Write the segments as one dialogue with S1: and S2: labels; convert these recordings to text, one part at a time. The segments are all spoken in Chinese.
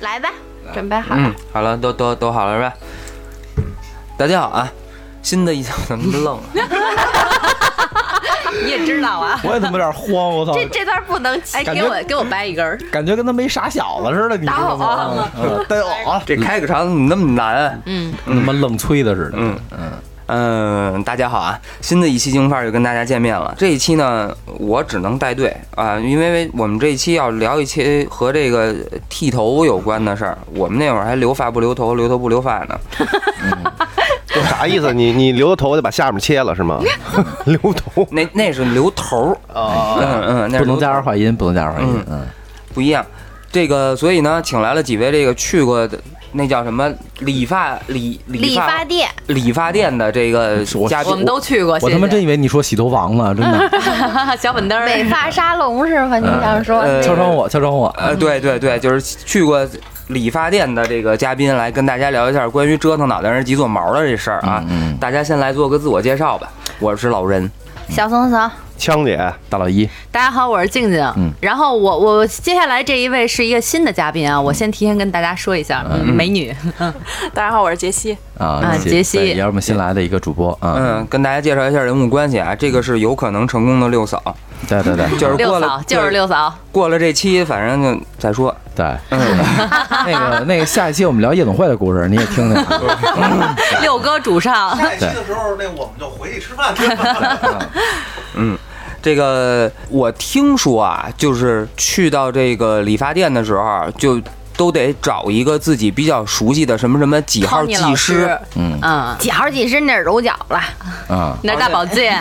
S1: 来吧，准备好了。
S2: 嗯，好了，都都都好了是吧？嗯大家好啊！新的一周怎么愣了？
S3: 你也知道啊。
S4: 我也他妈有点慌，我操，
S1: 这这段不能剪，
S3: 哎，
S4: 感
S3: 给
S4: 觉
S3: 我给我掰一根儿。
S4: 感觉跟他没傻小子似的，你知道吗？嗯对啊，
S2: 这开个场怎么那么难啊？
S3: 嗯，
S4: 他妈愣催的似的。
S2: 嗯嗯，大家好啊！新的一期京范儿又跟大家见面了。这一期呢，我只能带队啊、因为我们这一期要聊一些和这个剃头有关的事儿。我们那会儿还留发不留头，留头不留发呢。
S5: 这啥意思？你你留个头，我得把下面切了是 吗？留头
S2: 那那是留头儿，
S5: 啊，
S2: 嗯嗯，那是
S4: 哦不能
S2: 留头
S4: 加
S2: 儿
S4: 儿化音，不能加儿化音。嗯，
S2: 不一样。这个，所以呢，请来了几位这个去过的那叫什么理发理
S1: 理发
S2: 发
S1: 店，
S2: 理发店的这个
S4: 是我
S2: 嘉
S3: 我们
S2: 宾。
S3: 都去过。
S4: 我他妈
S3: 谢
S4: 真以为你说洗头房呢，真的嗯
S3: 谢小粉灯儿，
S1: 美发沙龙是吗？你想说？
S2: 呃
S4: 敲窗户，敲窗户。
S2: 呃，对对对，就是去过理发店的这个嘉宾来跟大家聊一下关于折腾脑袋让人急做毛的这事儿啊。
S4: 嗯，
S2: 大家先来做个自我介绍吧，我是老人。
S1: 小松松，
S5: 枪姐，
S4: 大老一，
S3: 大家好，我是静静。
S4: 嗯
S3: 然后我我接下来这一位是一个新的嘉宾啊，我先提前跟大家说一下，嗯美女，
S6: 大家好，我是杰西。
S4: 啊
S3: 啊杰西
S4: 对也是我们新来的一个主播啊，
S2: 嗯，跟大家介绍一下人物关系啊，这个是有可能成功的六嫂，
S4: 对对 对
S2: 就是
S3: 六
S2: 过
S3: 嫂
S2: 了
S3: 就是六嫂，
S2: 过了这期，反正就再说。
S4: 对，
S2: 嗯，
S4: 那个那个，下一期我们聊夜总会的故事，你也听啊听。
S3: 六哥主唱，
S7: 下一期的时候，那我们就回去吃饭去。
S2: 这个我听说啊，就是去到这个理发店的时候，就都得找一个自己比较熟悉的什么什么几号
S3: Tony 老
S2: 技师
S3: 师，嗯嗯，
S1: 几号几是哪儿揉脚 了？
S4: 啊，
S3: 那是大保健，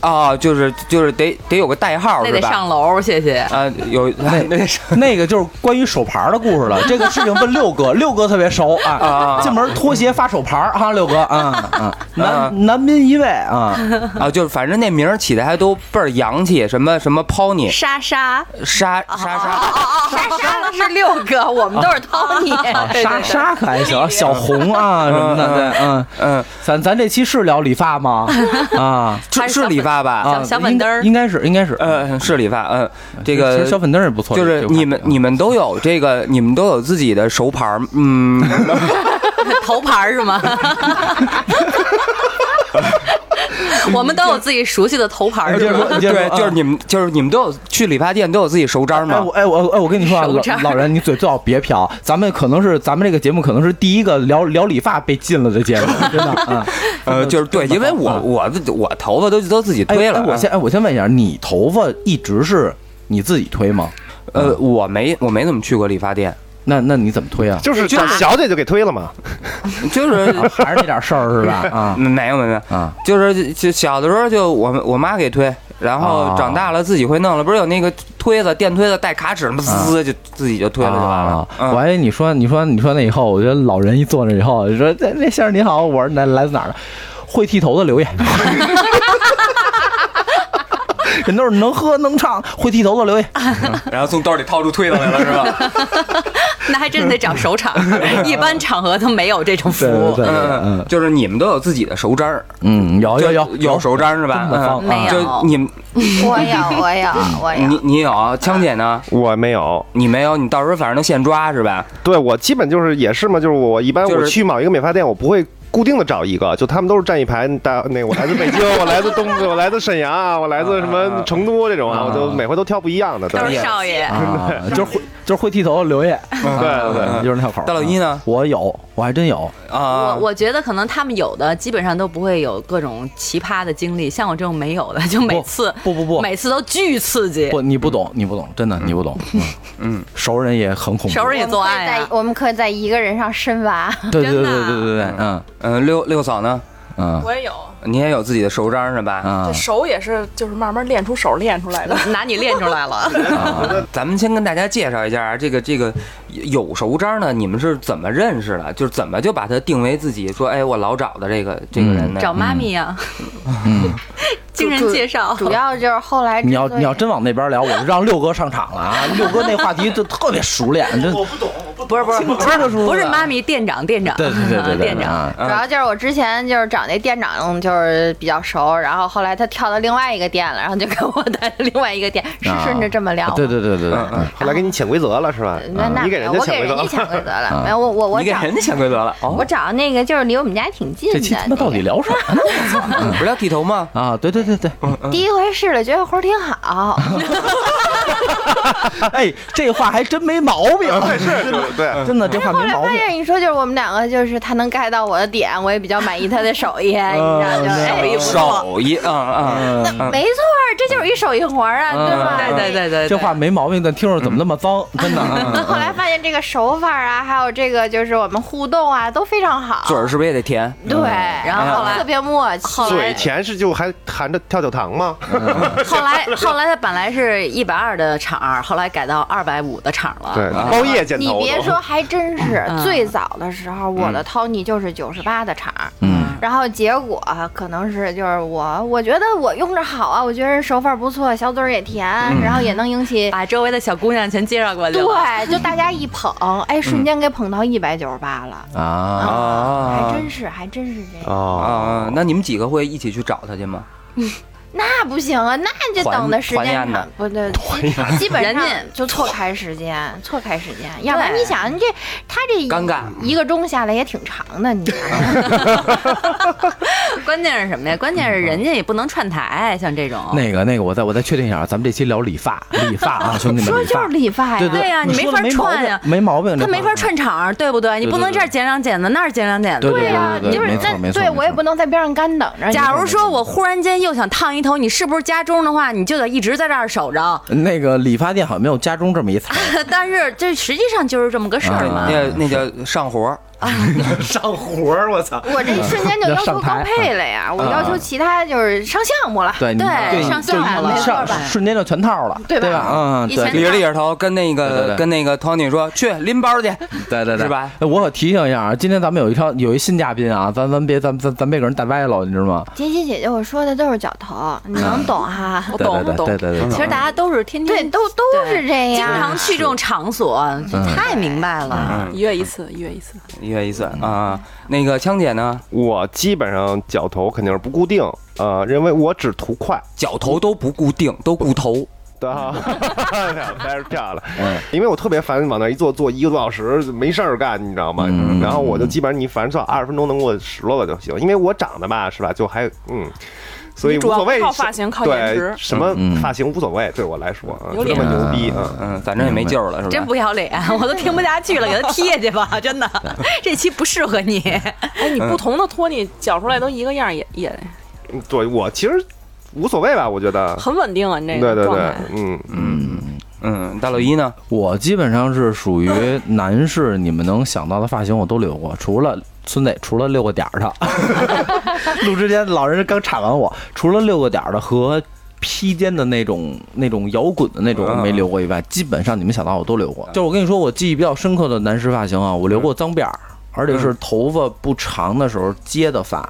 S2: 啊，就是就是得得有个代号
S3: 那
S2: 是
S3: 得
S2: 吧？
S3: 上楼，谢谢。
S2: 啊，有那那是
S4: 那个就是关于手牌的故事了。这个事情问六哥， 六哥特别熟啊
S2: 啊，
S4: 进门脱鞋发手牌儿哈，六哥啊啊，
S2: 啊
S4: 男男宾一位啊，
S2: 啊，就是反正那名儿起的还都倍儿洋气，什么什么 pony
S1: 莎莎，
S2: 莎
S3: 啊
S2: 莎莎，
S1: 莎莎是六
S3: 哦
S1: 哥，我们都是 Tony。
S4: 啊莎莎可还行，小红啊什么的，
S2: 哎嗯
S4: 对，嗯，
S2: 嗯，
S4: 咱咱这期是聊理 发吗？啊
S2: 是是理发吧？
S4: 啊，
S3: 小小粉灯儿
S4: 应该应该是应该是，
S2: 呃，是理发，嗯，这
S4: 其
S2: 个
S4: 实小粉灯儿也不错，
S2: 就是
S4: 这个
S2: 你们
S4: 话题啊
S2: 你们都有这个，你们都有自己的手牌儿，嗯，
S3: 头牌儿是吗？我们都有自己熟悉的头牌儿
S4: 你接
S3: 是
S4: 着
S3: 吗？
S4: 说，你接着
S2: 对，就
S4: 说，
S2: 是
S4: 啊。
S2: 你们，就是你们都有去理发店都有自己手招
S4: 哎
S2: 吗
S4: 我？哎我哎我跟你说啊，
S3: 手
S4: 老
S3: 账
S4: 老人你嘴最好别瓢，咱们可能是咱们这个节目可能是第一个聊聊理发被禁了的节目，真的啊。
S2: 呃，就是对，因为我
S4: 嗯
S2: 我自我头发都都自己
S4: 哎
S2: 推了。啊
S4: 哎我先哎我先问一下，你头发一直是你自己推吗？嗯
S2: 呃，我没我没怎么去过理发店，
S4: 那那你怎么推啊？
S5: 就是找小姐就给推了嘛。
S2: 就是
S4: 啊 还是那点事儿是吧？ 啊
S2: 没有没有没有，
S4: 啊
S2: 就是就小的时候就我们我妈给推，然后
S4: 哦
S2: 长大了自己会弄了，不是有那个推子电推子带卡尺，
S4: 嗯
S2: 滋就自己就推了就完了
S4: 啊。我
S2: 嗯
S4: 还以为你说你说你说那以后，我觉得老人一坐那以后，你说那那先生您好，我是来来自哪儿的？会剃头的留言。 人都是能喝能唱，会剃头的留言。
S2: 然后从兜里掏出推子来了是吧？
S3: 那还真得找首场，一般场合都没有这种服
S4: 对对
S3: 务。
S4: 对，
S2: 嗯，嗯
S4: 嗯
S2: 就是你们都有自己的手粘儿，
S4: 嗯，有
S2: 就
S4: 有有
S2: 有手粘是吧
S4: 这？么方
S2: 嗯
S4: 哎
S3: 没有
S2: 就你们
S1: 我有， 我有，我
S2: 你
S1: 有。
S2: 你有，枪姐呢？
S5: 我没有，
S2: 你没有，你到时候反正都现抓是吧？
S5: 对我基本就是也是嘛，就是我一般
S2: 就是
S5: 我去某一个美发店，我不会。固定的找一个，就他们都是站一排。大那个我来自北京，我来自东，我来自沈阳啊，我来自什么成都这种啊，我就每回都挑不一样的。对
S3: 都是少爷，
S4: 啊，就是会就是会剃头的留言。
S5: 对对
S4: 嗯就是那口儿。
S2: 大老一呢
S4: 啊我有，我还真有。
S2: 啊
S3: 我，我觉得可能他们有的基本上都不会有各种奇葩的经历，像我这种没有的，就每次
S4: 不不不
S3: 每次都巨刺激。
S4: 不，你不懂，你不懂，真的你不懂。嗯
S2: 嗯，
S4: 熟人也很恐怖。
S3: 熟人也做爱啊！
S1: 我们可以在一个人上深挖。
S4: 对对对
S3: 真的啊
S4: 对对对对，嗯
S2: 嗯，六六嫂呢？
S4: 嗯
S6: 我也有，
S2: 你也有自己的手 章是
S1: 啊
S2: 吧？
S4: 嗯
S6: 这。手也是就是慢慢练出手练出来的。
S3: 拿你练出来了，
S2: 嗯咱们先跟大家介绍一下啊这个这个有手章呢，你们是怎么认识的？就是怎么就把它定为自己说，哎，我老找的这个这
S1: 嗯
S2: 个人呢？
S3: 找妈咪呀、
S4: 嗯
S3: 经人介绍，
S1: 主要就是后来
S4: 你要你要真往那边聊，我就让六哥上场了啊！六哥那话题就特别熟练，真
S7: 我不懂，我不
S3: 不是不是 不是不是妈咪店长店长，
S4: 对对对对对，
S3: 店长。
S4: 啊
S1: 主要就是我之前就是找那店长就是比较熟，然后后来他跳到另外一个店了，然后就跟我在另外一个店，是
S3: 啊
S1: 顺着这么聊吗？
S4: 对对对对对，
S2: 嗯
S4: 嗯
S5: 后来给你潜规则了是吧？
S1: 嗯那那
S5: 啊你给人
S1: 没
S5: 家
S1: 有我
S5: 潜
S1: 给
S5: 规
S1: 人家
S5: 则了。
S1: 潜规则了
S4: 啊，
S1: 没有我我我
S2: 你给
S1: 找
S2: 人家潜规则了
S1: 我
S2: 哦，
S1: 找那个就是离我们家挺近
S4: 这
S1: 的
S4: 期他
S1: 那
S4: 妈到
S1: 个。
S4: 底聊啥呢？
S2: 不是聊剃头吗？
S4: 啊，对对对对，
S3: 嗯
S1: 第一回试了，觉得活儿挺好，
S4: 哎，这话还真没毛病，
S5: 对，
S3: 嗯
S5: 是，就是 对，
S4: 真的这话没毛
S1: 发
S4: 病。
S1: 现你说就是我们两个，就是他能 get 到我的点，我也比较满意他的手艺，你知道就
S4: 嗯
S1: 哎，
S2: 手艺，嗯嗯嗯嗯，
S1: 没错儿，这就是一手艺活儿啊，
S4: 嗯
S1: 对吧？
S3: 对对对对，
S4: 这话没毛病，但听着怎么那么脏？真的， 嗯
S1: 后来发现这个手法啊，还有这个就是我们互动啊，都非常好。
S2: 嘴儿是不是也得甜？
S1: 对，然
S3: 后后来
S1: 特别默契。
S3: 后来
S5: 嘴甜是就还含着跳跳糖吗？
S3: 后来后来他本来是一百二的场儿，后来改到二百五的场了。
S5: 对，包夜剪头。
S1: 你别说，，还真是
S3: 嗯
S1: 最早的时候，我的 Tony 就是九十八的场儿，
S4: 嗯
S1: 然后结果可能是就是我，我觉得我用着好啊，我觉得手法不错，小嘴儿也甜，
S4: 嗯
S1: 然后也能引起
S3: 把周围的小姑娘全介绍过去了。
S1: 对，就大家一捧，哎，瞬间给捧到一百九十八了。
S4: 嗯啊，
S2: 啊
S1: 还真是，还真是这样。
S5: 哦，
S2: 啊，那你们几个会一起去找他去吗？
S1: 那不行啊，那就等的时
S2: 团团
S1: 间
S2: 宴呢
S1: 长，不对，基基本
S3: 人
S1: 上
S3: 家
S1: 就错开时间，错开时间。要不然
S3: 对
S1: 你想，你这他这一
S2: 尴尬
S1: 一个钟下来也挺长的，你想
S4: 啊
S1: 想。
S3: 关键是什么呀？关键是人家也不能串台，像这种。
S4: 那个那个，我再我再确定一下啊，咱们这期聊理发，理发啊，兄弟们，
S1: 说
S4: 理
S1: 就是
S4: 发，
S1: 理发
S4: 对
S1: 呀，
S3: 对呀你
S4: 没
S3: 没法串呀
S4: 没毛病，
S3: 他
S4: 这
S3: 没
S4: 话啊
S3: 法。串场儿，对不对？你不能这儿剪两剪子，那儿剪两剪子。
S4: 对
S1: 呀，
S4: 对对
S1: 你
S4: 对
S1: 就是
S4: 没错没
S1: 那
S4: 错
S1: 对
S4: 没错
S1: 我也不能在边上干等着。
S3: 假如说我忽然间又想烫一头，你是不是家中的话，你就得一直在这儿守着？
S4: 那个理发店好像没有家中这么一词儿，
S3: 但是这实际上就是这么个事儿
S1: 啊
S4: 啊
S3: 嘛。
S2: 那那叫上活儿，
S4: 上活儿，我操！
S1: 我这一瞬间就
S4: 要
S1: 要求
S4: 上
S1: 高
S4: 台
S1: 配了呀，我要求其他就是上项目了。
S4: 对你
S3: 对
S4: 就
S3: 上
S4: 就
S3: 上来了
S4: 一上
S3: 没错吧
S4: 瞬间就全套了，
S1: 对吧
S4: 吧？嗯，
S3: 以
S4: 对
S3: 前
S2: 理着理着头跟那
S4: 对对
S2: 个
S4: 对
S2: 跟那个 Tony 说去拎包去，
S4: 对对对，
S2: 是吧
S4: 哎？我可提醒一下啊，今天咱们有一条有一新嘉宾啊，咱咱别咱咱咱别给人带歪了，你知道吗？
S1: 杰西姐姐，我说的都是脚头，你能懂哈？
S6: 我
S4: 对
S6: 懂，我
S4: 对对
S6: 懂。
S4: 对对
S3: 其
S4: 对，
S3: 实大家都是天
S1: 对，
S3: 天
S4: 嗯
S1: 都都是这
S3: 经
S1: 样。
S3: 常去这种场所，这太明白
S4: 嗯
S3: 了。
S5: 嗯
S6: 一月一次，一月一次。
S2: 一月一次啊。那个枪姐呢，
S5: 我基本上脚头肯定是不固定，呃，认为我只图快。
S2: 脚头都不固定，都固头。
S5: 对啊， 太漂亮！
S4: 嗯
S5: 因为我特别烦往那一坐坐一个多小时没事儿干，你知道吗？
S4: 嗯
S5: 然后我就基本上你反正算二十分钟能给我拾掇了就行，因为我长得吧是吧就还嗯，所以
S6: 你
S5: 无
S6: 主要
S5: 所谓
S6: 靠发型靠颜
S5: 对
S6: 值嗯
S5: 什么
S4: 嗯
S5: 发型无所谓，对我来说啊，
S6: 有
S5: 就这么
S4: 脸
S5: 牛逼啊！
S2: 嗯，反正也没救了，是
S3: 真
S2: 吧？
S3: 不 要脸，我都听不下去了，给他贴去吧，真的，这期不适合你。
S6: 哎，你不同的托尼绞出来都一个样儿，也也
S5: 嗯对我其实无所谓吧，我觉得。
S6: 很稳定啊，你
S5: 对对
S6: 这个状
S5: 对
S6: 态。，
S5: 嗯，
S2: 嗯，大老一呢？
S4: 我基本上是 属于男士，你们能想到的发型我都留过，除了孙磊，除了六个点儿 的。录之前老人刚铲完我，除了六个点儿的和。披肩的那种、那种摇滚的那种
S2: 嗯
S1: 啊
S4: 没留过以外，基本上你们想到我都留过。就是我跟你说，我记忆比较深刻的男士发型啊，我留
S1: 嗯
S4: 过脏辫儿，而且是头发不长的时候接的发，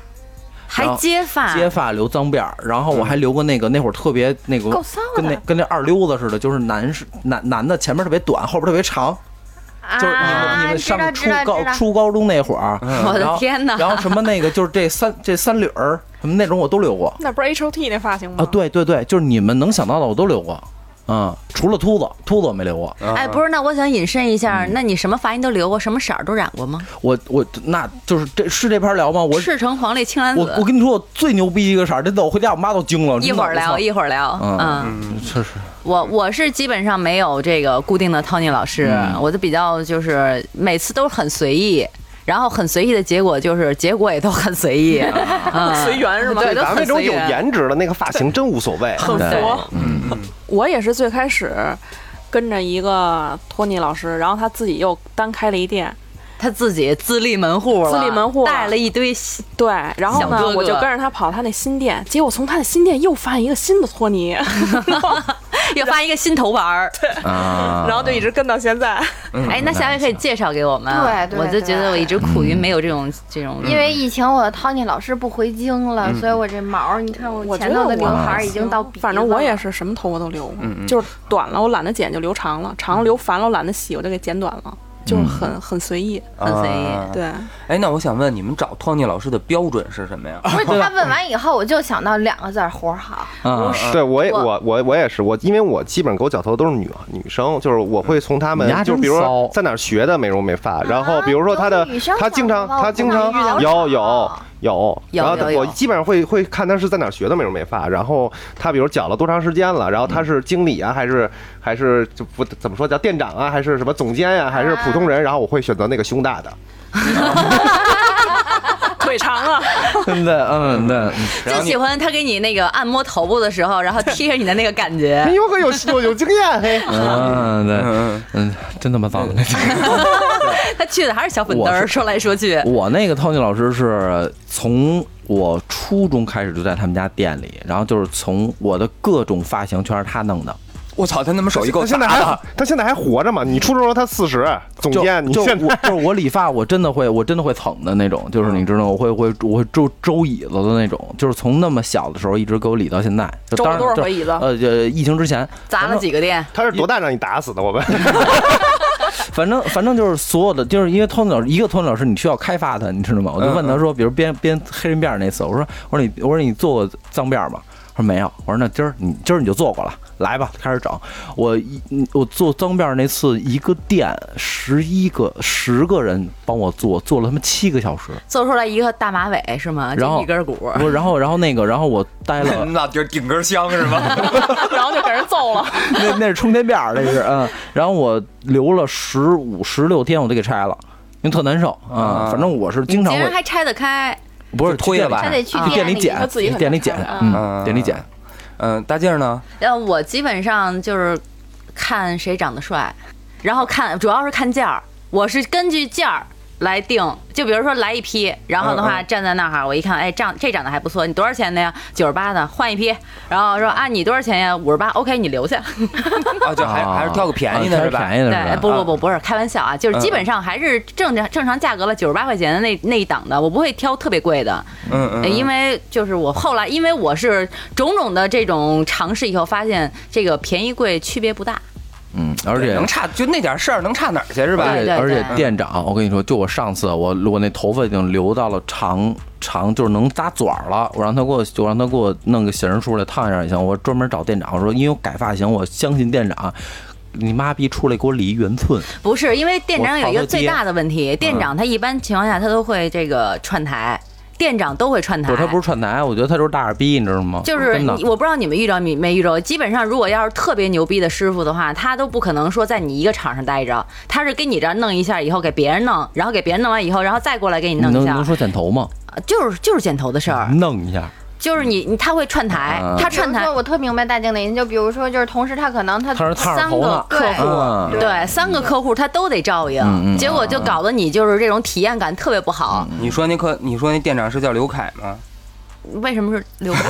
S3: 还接
S1: 啊
S3: 发，
S4: 接发留脏辫儿，然后我还留过那个那会儿特别那
S1: 嗯
S4: 个
S1: 够骚的
S4: 跟那跟那二溜子似的，就是男士男男的前面特别短，后边特别长，
S1: 啊
S4: 就是你们你们
S1: 知道
S4: 上
S1: 知
S4: 初
S1: 道
S4: 高
S1: 知道
S4: 初高中那会儿，嗯
S3: 我
S4: 然
S3: 的
S4: 后
S3: 天哪！
S4: 然后什么那个就是这三这三缕儿什么那种我都留过
S6: 那不是 H O T 那发型吗？
S4: 啊，，对对对，就是你们能想到的我都留过，嗯，除了秃子，秃子我没留过，
S3: 哎，不是，那我想引申一下，
S4: 嗯
S3: 那你什么发型都留过，什么色儿都染过吗？
S4: 我我那就是这是这盘聊吗？我
S3: 赤橙黄绿青蓝
S4: 我我
S3: 紫。
S4: 跟你说，我最牛逼一个色儿，真的，我回家我妈都惊了，
S3: 一会儿聊，
S4: 一
S3: 一会儿聊。
S4: 嗯
S3: 嗯，
S4: 确实
S3: 我我是基本上没有这个固定的 Tony 老师，我就比较就是每次都很随意，然后很随意的结果就是结果也都很随意，嗯
S6: 随缘是吗？
S3: 对，都
S5: 咱们
S3: 很
S5: 这种
S3: 随
S5: 有
S3: 缘。
S5: 颜值的那个发型真无所谓，
S6: 很佛。我也是最开始跟着一个托尼老师，然后他自己又单开了一店，
S3: 他自己自立门户了，
S6: 自立门户了
S3: 带了一堆新
S6: 对，然后
S3: 小
S6: 呢，
S3: 哥哥
S6: 我就跟着他跑他那新店，结果从他的新店又发现一个新的 托尼，
S5: 啊
S3: 又发一个新头牌儿。
S4: 啊，
S6: 然后就一直跟到现在。
S3: 哎，那下回可以介绍给我们啊。
S1: 对对
S3: 我就觉得
S1: 对嗯
S3: 我一直苦于没有这种这种。
S1: 因为疫情，我的 Tony 老师不回京了，所以我这毛儿，你看
S6: 我
S1: 前头的
S6: 觉得
S1: 刘
S6: 我
S1: 海儿已经到鼻子了
S6: 反正我也是什么头发都留，就是短了我懒得剪就留长了，长了留烦了我懒得洗我就给剪短了。就是
S4: 嗯
S6: 很、很随意。
S3: 很随意
S2: 啊。
S6: 对，
S2: 哎，那我想问，你们找托尼老师的标准是什么呀？
S1: 不是他问完以后，我就想到两个字儿活儿好。
S2: 啊，
S5: 对我也
S1: 我
S5: 我我我也是我，因为我基本上给我剪头的都是女女生，就是我会从她们
S4: 嗯你丫，
S5: 就
S4: 真
S5: 比如
S4: 骚
S5: 说在哪儿学的美容美发，然后比如说她
S1: 都
S5: 的
S1: 是女生
S5: 她
S1: 剪
S5: 经
S1: 头
S5: 常
S1: 发我
S5: 她
S1: 不
S5: 经
S1: 敢
S5: 常
S1: 遇到
S5: 有
S1: 这
S5: 有
S1: 种
S5: 有，
S3: 有
S5: 然后
S3: 有有
S5: 我基本上会会看她是在哪儿学的美容美发，然后她比如剪了多长时间了，然后
S4: 嗯
S5: 她是经理啊，还是还是就不怎么说叫店长啊，还是什么总监呀、还是普通人，然后我会选择那个胸大的。
S6: 腿长啊，
S4: 真的，嗯，对，
S2: 然
S3: 就
S2: 后你
S3: 喜欢他给你那个按摩头部的时候，然后贴着你的那个感觉
S5: 哎。呦呵，有有有经验嘿。
S4: 嗯，对，
S2: 嗯，
S4: 嗯，真他妈脏。
S3: 他去的还是小粉灯
S4: 我
S3: 儿，
S4: 是
S3: 说来说 去。
S4: 我那个 Tony 老师是从我初中开始就在他们家店里，然后就是从我的各种发型全是他弄的。
S2: 我操，他他妈手艺够
S5: 他现在
S2: 大
S5: 还
S2: 的，
S5: 他现在还活着吗？你初中时候他四十，
S4: 啊
S5: 总
S4: 就
S5: 监，你
S4: 就
S5: 现在
S4: 我就是 我理发，我真的会，我真的会蹭的那种，就是你知道，我会会我会周周椅子的那种，就是从那么小的时候一直给我理到现在。就
S6: 周
S4: 当然
S6: 了多少
S4: 就
S6: 回椅子？
S4: 呃，呃疫情之前，
S3: 砸了几个店，
S5: 他是多大让你打死的？我问。
S4: 反正反正就是所有的，就是因为 Tony 老师一个 Tony 老师，你需要开发他，你知道吗？我就问他说，比如编编黑人辫儿那次，我说我说你我说你做过脏辫儿吗？他说没有。我说那今儿你今儿你就做过了，来吧，开始整。我一我做脏辫儿那次，一个店十一个十个人帮我做，做了他妈七个小时。
S3: 做出来一个大马尾是吗？
S4: 然后
S3: 就一根骨，
S4: 我然后然后那个然后我 待了
S2: 你。老就是顶根香是吗？
S6: 然后就给人揍了。
S4: 那那是冲天辫儿，那是嗯。然后我留了十五十六天，我就给拆了，因为特难受啊、
S2: 啊
S4: 反正我是
S3: 你
S4: 经常
S3: 竟
S4: 会
S3: 然还拆得开，
S4: 不是
S2: 就推
S4: 去店
S2: 吧
S4: 里
S2: 还
S1: 他
S4: 剪
S1: 得去
S3: 啊
S4: 去店里
S6: 他
S4: 剪，
S6: 自己很
S4: 店里
S6: 难
S4: 剪
S6: 看，
S4: 嗯，
S2: 啊
S4: 店里剪。
S2: 嗯，大劲儿呢？
S3: 呃，我基本上就是看谁长得帅，然后看主要是看价儿，我是根据价儿来定。就比如说来一批，然后的话
S2: 嗯嗯
S3: 站在那儿哈，我一看，哎，长这长得还不错，你多少钱的呀？九十八的，换一批。然后说啊，你多少钱呀？五十八，OK，你留 下。
S2: 啊，就还
S4: 啊
S2: 还是挑个便宜的
S4: 啊
S2: 是吧？
S4: 挑便宜的
S3: 对，哎
S4: 是吧？
S3: 不不不，不是开玩笑啊，就是基
S2: 嗯
S3: 本上还是正常正常价格了，九十八块钱的那那一档的，我不会挑特别贵的。
S2: 嗯嗯，
S3: 呃因为就是我后来，因为我是种种的这种尝试以后，发现这个便宜贵区别不大。
S4: 嗯，而且
S2: 能啊差就那点事儿能差哪儿去是吧？
S4: 而
S3: 对
S4: 且
S3: 对
S4: 而且
S3: 对
S4: 店长，我跟你说，就我上次我我那头发已经留到了长长，就是能扎卷儿了。我让他给我，就让他给我弄个型出来烫一下也行。我专门找店长，我说因为我改发型，我相信店长。你妈逼出来给我理一圆寸，
S3: 不是，因为店长有一
S4: 我
S3: 个
S4: 操他爹
S3: 最大的问
S4: 嗯
S3: 题，店长他一般情况下他都会这个串台，店长都会串台。
S4: 不是他不是串台，我觉得他就是大耳逼，你知道吗？
S3: 哎就是
S4: 真的
S3: 你我不知道你们遇着没没遇着，基本上如果要是特别牛逼的师傅的话，他都不可能说在你一个场上待着，他是跟你这儿弄一下以后给别人弄，然后给别人弄完以后，然后再过来给你
S4: 你
S3: 弄
S4: 能
S3: 一
S4: 能
S3: 下，啊
S4: 说剪嗯头吗？
S3: 就是就是剪头的事儿，
S4: 弄一下，
S3: 就是你你他会串台
S4: 啊，
S3: 他
S1: 比如
S3: 串台
S1: 说，我特明白大经理，你就比如说，就是同时他可能他
S4: 他是烫着
S1: 三
S4: 头
S1: 个
S4: 呢
S1: 客
S3: 哎
S1: 户，
S4: 嗯
S3: 对，三个客户他都得照
S4: 嗯嗯
S3: 应，结果就搞得你就是这种体验感特别不好。
S2: 你说那客，你说那店长是叫刘凯吗？
S3: 为什么是刘凯？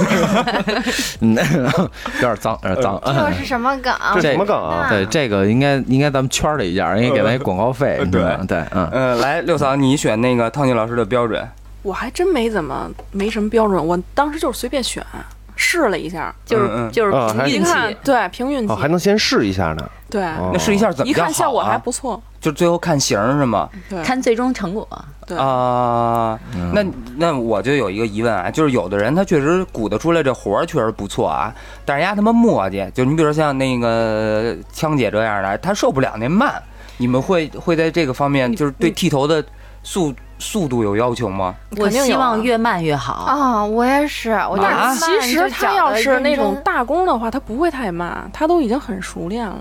S4: 嗯， 有点脏，有点脏。
S1: 这个是什么梗？
S5: 这什么梗啊？
S4: 对，这个应该应该咱们圈里一下，应该给他一广告费。
S2: 呃
S4: 你知道吗对，嗯，
S2: 呃，来六嫂，你选那个汤尼老师的标准，
S6: 我还真没怎么没什么标准，我当时就是随便选，试了一下，
S3: 就
S2: 嗯
S3: 是
S2: 嗯
S3: 哦就是
S5: 啊
S3: 凭
S5: 还
S6: 一
S3: 运气。
S6: 看对凭运气
S5: 哦，，还能先试一下呢。
S6: 对，
S5: 哦
S2: 那试一下怎么
S6: 一
S2: 叫好啊
S6: 看效果还不错，
S2: 就最后看型儿是吗？
S6: 对，
S3: 看最终成果，
S6: 对
S2: 啊，
S5: 嗯
S2: 那那我就有一个疑问啊，就是有的人他确实鼓得出来这活儿确实不错啊，但是人家他妈磨叽，就你比如像那个枪姐这样的，她受不了那慢，你们会会在这个方面就是对剃头的速速度有要求吗？
S3: 我
S6: 肯定有啊
S3: 希望越慢越好。
S1: 啊，我也是，我就是
S2: 啊
S1: 慢
S6: 其实
S1: 就
S6: 他
S1: 搅
S6: 要
S1: 得
S6: 是那
S1: 认
S6: 种
S1: 真
S6: 大工的话，他不会太慢，他都已经很熟练了。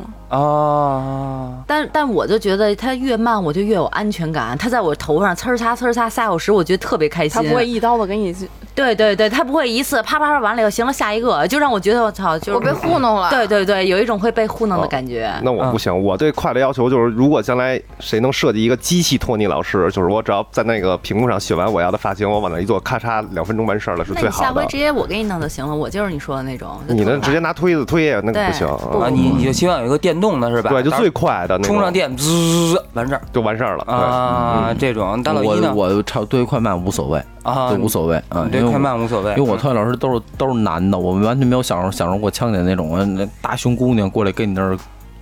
S2: 啊，
S3: 但但我就觉得他越慢，我就越有安全感。他在我头上呲儿擦呲儿擦仨小时，我觉得特别开
S6: 他
S3: 心。
S6: 不会一刀子给你，
S3: 对对对，他不会一次啪啪啪完了以后，行了，下一个，就让我觉得我操，就是
S1: 我被糊弄了，
S3: 对对对，有一种会被糊弄的感觉。
S5: 那
S2: 嗯
S5: 我不行，我对快的要求就是，如果将来谁能设计一个机器托尼老师，就是我只要在那个屏幕上选完我要的发型，我往那一坐，咔嚓，两分钟完事儿了，是
S3: 那
S5: 最
S3: 你下
S5: 好的
S3: 回。直接我给你弄就行了，我就是你说的那种。就
S5: 你那
S3: 特
S5: 直接拿推子推，那
S3: 对
S5: 个不行。
S2: 啊，
S5: 嗯
S2: 你你就希望有一个电动的是吧？
S5: 对，就
S2: 到时
S5: 最快的那种，
S2: 充上电，滋完事儿
S5: 就完事儿了。对，嗯
S2: 啊，这种大老一
S4: 我
S2: 呢
S4: 我超对快慢无所谓，
S2: 啊
S4: 对，无所谓啊，
S2: 你
S4: 因为
S2: 对快
S4: 我
S2: 慢无所谓，
S4: 因为我特技老师都是都是男的，我们完全没有享受享受过枪姐那种呃那大胸姑娘过来跟你那儿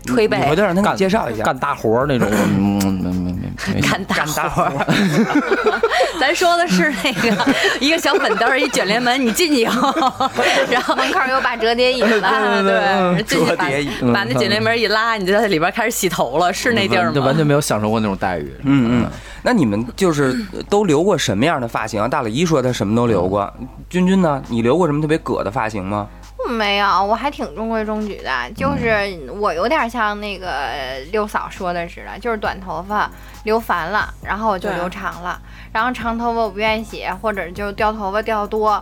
S3: 推背
S2: 你 回头让他给
S4: 干
S2: 你介绍一下。
S4: 干大活儿那种，嗯，没没没没
S3: 干大
S2: 干大活儿，
S3: 咱说的
S5: 嗯
S3: 是 那个一个小粉兜儿，一卷帘门，你进去以后，然后
S1: 门口有把折叠椅 子，
S3: 啊，对，进去
S2: 折叠椅
S3: 把把那卷帘门一拉，你就在里边开始洗头了，是那地儿
S5: 嗯
S4: 完就
S3: 吗
S4: 完？全没有享受过那种待遇。
S2: 嗯嗯，那你们就是都留过什么样的发型啊？大李一说他什么都留过，君君呢？你留过什么特别葛的发型吗？
S1: 嗯没有，我还挺中规中矩的，就是我有点像那个六嫂说的似的，就是短头发留烦了，然后我就
S6: 对
S1: 留长了，然后长头发我不愿意洗，或者就掉头发掉多，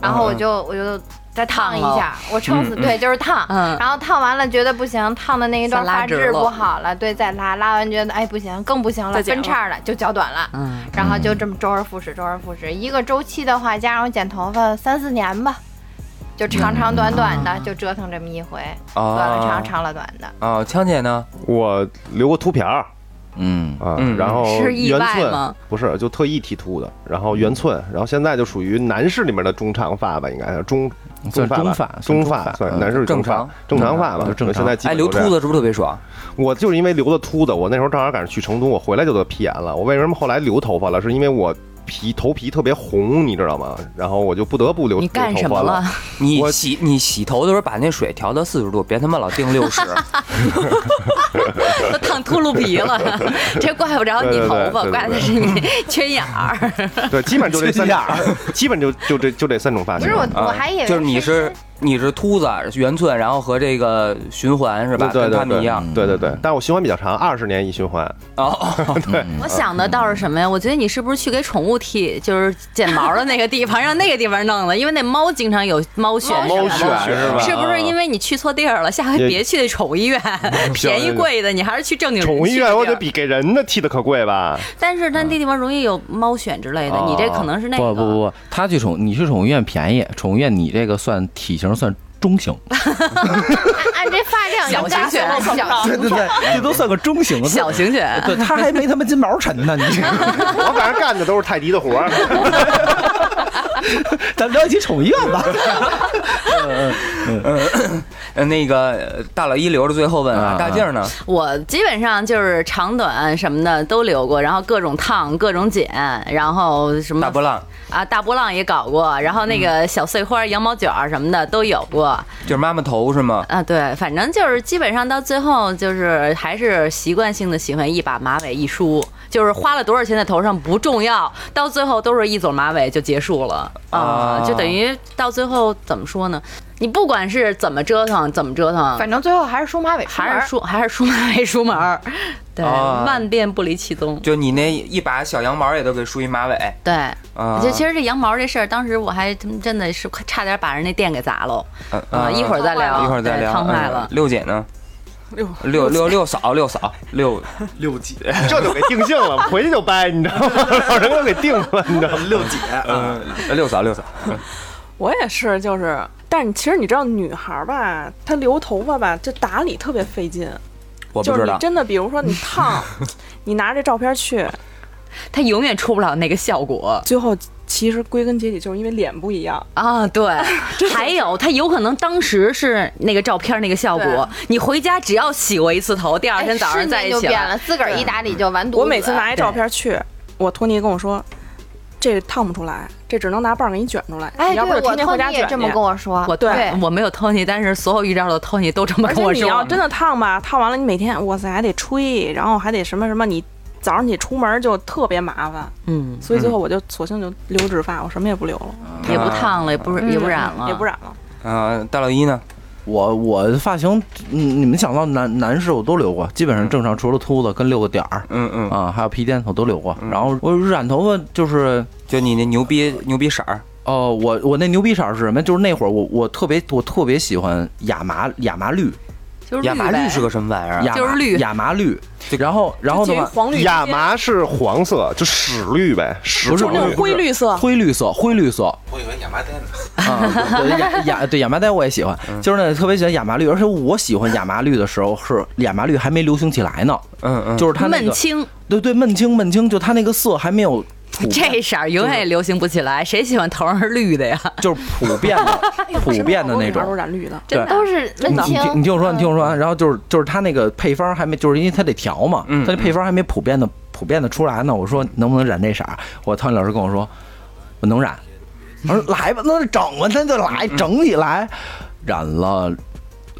S1: 然后我就、我就再烫一
S3: 烫
S1: 下，我撑死、
S2: 嗯嗯
S1: 对，就是烫，
S3: 嗯
S1: 然后烫完了觉得不行，烫的那一段
S3: 再拉
S1: 发
S3: 直
S1: 质
S3: 了
S1: 不好了，对，再拉拉完觉得哎不行，更不行了，
S6: 再剪
S1: 分叉了，就绞短了。
S3: 嗯，
S1: 然后就这么周而复始，周而复始。一个周期的话，加上我剪头发三四年吧，就长长短短的，
S4: 嗯
S1: 就折腾这么一回，短了
S2: 啊
S1: 长，长了短的。
S2: 啊，枪姐呢？
S5: 我留过秃瓢儿
S4: 嗯，
S5: 啊
S2: 嗯，
S5: 然后
S3: 是意
S5: 圆
S3: 外
S5: 寸
S3: 吗
S5: 不是，就特意剃秃的，然后圆寸，然后现在就属于男士里面的中长发吧，应该是中
S4: 算
S5: 发吧
S4: 中发算
S5: 中
S4: 中
S5: 发
S4: 发
S5: 算
S4: 嗯
S5: 男士
S2: 正
S5: 中发
S2: 常
S5: 正常发吧
S4: 嗯，就正常
S5: 现在基
S2: 哎，
S5: 本
S2: 留
S5: 都
S2: 秃
S5: 这样
S2: 子是不是特别爽？
S5: 我就是因为留的秃的，我那时候正好赶上去成都，我回来就得皮炎了。我为什么后来留头发了？是因为我皮头皮特别红，你知道吗？然后我就不得不留
S3: 你干
S5: 留
S3: 什
S5: 头发
S3: 么
S5: 了
S3: 了？？
S2: 你
S5: 我
S2: 洗你洗头的时候把那水调到四十度，别他妈老定 六十。啊
S3: 都烫秃噜 皮了，这怪不着你头
S5: 对对对
S3: 发，
S5: 对对
S3: 怪的是你缺眼儿。
S5: 对，基本就这三
S4: 这样，
S5: 基本就就这就这三种发
S1: 不
S5: 型。
S1: 是我，
S2: 啊
S1: 我还以为
S2: 就是你是
S1: 因
S2: 你是秃子圆寸，然后和这个循环是吧？
S5: 对
S2: 跟
S5: 对
S2: 他们
S5: 对，嗯
S2: 一样。
S5: 对对对，但是我循环比较长，二十年一循环。
S2: 哦，
S3: 我想的倒是什么呀？我觉得你是不是去给宠物剃，就是剪毛的那个地方，让那个地方弄了？因为那猫经常有猫癣什么
S5: 猫
S3: 的。
S5: 癣是吧？
S3: 是不是因为你去错地儿了？下回
S5: 也
S3: 别去那宠物医院，便宜贵的，你还是去正经 人
S5: 宠物医
S3: 去的
S4: 啊
S5: 院，我
S3: 地儿
S5: 得比给人的剃的可 贵吧？
S3: 但是它那地方容易有猫癣之类的，
S5: 哦
S3: 你这可能是那
S4: 不
S3: 个。
S4: 不不不，他去宠你去宠物医院便宜，宠物医院你这个算体型算中 型，
S1: 为按按这发量应该
S3: 小型犬
S1: 算是小型
S4: 对对对，这都算个中型的
S3: 小型 犬，
S4: 对，他还没他妈金毛沉呢，你这。
S5: 我反正干的都是泰迪的 活儿。
S4: 咱们聊一起宠物医院吧。
S2: 呃那个呃大老一留着最后问啊，
S4: 啊
S2: 大静儿呢？
S3: 我基本上就是长短什么的都留过，然后各种烫、各种剪，然后什么
S2: 大波浪
S3: 啊，大波浪也搞过，然后那个小碎花、羊毛卷儿什么的都有过
S2: 就是妈妈头是吗？
S3: 啊。对，反正就是基本上到最后就是还是习惯性的喜欢一把马尾一梳，就是花了多少钱在头上不重要，到最后都是一撮马尾就结束了啊
S2: 啊，
S3: 就等于到最后怎么说呢？你不管是怎么折腾，怎么折腾，
S1: 反正最后还是梳马尾，
S3: 还是梳还是梳马尾梳门儿，对，
S2: 啊
S3: 万变不离其宗。
S2: 就你那一把小羊毛也都给梳一马尾
S3: 对，
S2: 啊！
S3: 就其实这羊毛这事儿，当时我还真真的是快差点把人那店给砸喽。
S2: 嗯
S3: 啊，一会儿再聊，
S2: 一会儿再
S3: 对
S2: 聊。
S3: 烫坏
S2: 嗯
S3: 了。
S2: 六姐呢？六六六嫂，六嫂，六呃
S7: 六姐，
S5: 这就给定性了，回去就掰，你知道吗？让人给定了，你知道吗？
S7: 六姐，
S2: 嗯，六嫂，六嫂，
S6: 我也是，就是，但你其实你知道，女孩儿吧，她留头发吧，就打理特别费劲。
S2: 我不
S6: 就是
S2: 知
S6: 你
S2: 道。
S6: 真的，比如说你烫，你拿着照片去，
S3: 它永远出不了那个效果
S6: 最后其实归根结底就是因为脸不一样。
S3: 啊！对，还有它有可能当时是那个照片那个效果
S6: 对，
S3: 你回家只要洗过一次头，第二
S1: 哎
S3: 天早上
S1: 是
S3: 在
S1: 您
S3: 一
S1: 就
S3: 起
S1: 变
S3: 了。
S1: 了，自个儿一打理就完犊子。
S6: 我每次拿一照片去，我托尼跟我说，这烫不出来，这只能拿棒给你卷出来。
S1: 哎，
S6: 你要不
S1: 对
S6: 就
S1: 我
S6: 天天
S1: 托
S6: 回
S1: 尼
S6: 家
S1: 也
S6: 卷
S1: 这么
S6: 去
S1: 跟我说，
S3: 我
S1: 对
S3: 我没有 Tony，但是所有遇到的 Tony 都这么
S6: 而
S3: 跟
S6: 且
S3: 我
S6: 你要
S3: 说。
S6: 真的烫吧，烫完了你每天哇塞还得吹，然后还得什么什么，你早上起出门就特别麻烦。
S3: 嗯，
S6: 所以最后我就索性就留直发，我什么也不留了，
S3: 也不烫了，也不是也不染嗯了，
S6: 也不。染了。
S2: 啊，大老一呢？
S4: 我我的发型，嗯，你们想到男男士我都留过，基本上正常，除了秃子跟六个点儿
S2: 嗯嗯，
S4: 啊，还有皮垫头都留过。然后我染头发就是，
S2: 就你那牛逼牛逼色儿，
S4: 哦，我我那牛逼色儿是什么？就是那会儿我我特别我特别喜欢亚麻亚麻绿，
S3: 就是
S2: 亚麻绿
S3: 呗
S2: 是个什么玩意儿啊？
S4: 亚麻
S3: 就是绿
S4: 亚麻绿。然后然后
S6: 介
S4: 的
S6: 于
S4: 话，
S6: 黄绿之
S5: 亚
S6: 间
S5: 麻是黄色，就屎绿呗，屎
S4: 不是
S5: 黄
S6: 那
S5: 绿
S6: 种灰绿色，
S4: 灰绿色灰绿色，
S7: 我以为亚麻呆呢。
S4: 啊，对对亚亚对亚麻呆我也喜欢，就是那特别喜欢亚麻绿，而且我喜欢亚麻绿的时候是亚麻绿还没流行起来呢，
S2: 嗯嗯，
S4: 就是它那
S3: 闷
S4: 个
S3: 青，
S4: 对对闷青闷青，就它那个色还没有普
S3: 这色儿永远也流行不起来，谁喜欢头上是绿的呀？
S4: 就是普遍的普遍的那
S6: 都
S4: 种
S6: 是。染绿的，
S4: 对，
S1: 都是温
S4: 你
S1: 情
S4: 你。听你听我
S1: 嗯
S4: 说，你听我说，然后就是就是他那个配方还没，就是因为他得调嘛，
S2: 嗯
S4: 他这配方还没普遍的普遍的出来呢。我说能不能染这色儿？我汤米老师跟我说，我能染。我说来吧，那就整吧，那就来
S2: 嗯
S4: 整起来。染了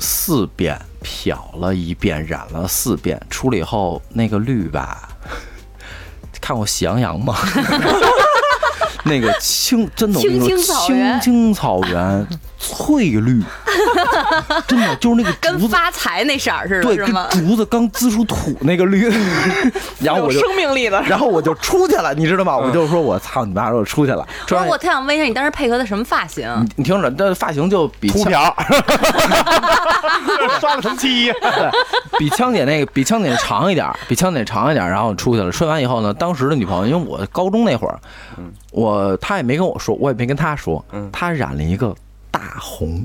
S4: 四遍，漂了一遍，染了四遍，出来以后那个绿吧，看过《喜羊羊》吗？ 那个青真的，我跟你
S1: 青青
S4: 说，
S1: 草
S4: 青
S1: 原
S4: 青草 原翠绿，真的就是那个竹
S3: 跟
S4: 子，
S3: 发财那色儿似的，
S4: 对，
S3: 是
S4: 跟
S3: 吗？
S4: 竹子刚滋出土那个 绿，然后
S6: 有
S4: 我就，
S6: 生命力的。
S4: 然后我就出去了，你知道吗？我就说我操你妈，我出去了，
S3: 不
S4: 出
S3: 是，
S4: 来
S3: 我特想问一下，你当时配合的什么发型？
S4: 你你听着，这发型就比
S5: 秃
S4: 枪
S5: 瓢，刷了什么漆？
S4: 比枪姐那个比枪姐长一点儿，比枪姐长一点儿，然后出去了。睡完以后呢，当时的女朋友，因为我高中那会儿，我她也没跟我说，我也没跟她说，她染了一个大红。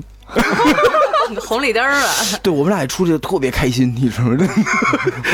S3: 红绿灯儿 啊，
S4: 对我们俩一出去特别开心，你知道吗？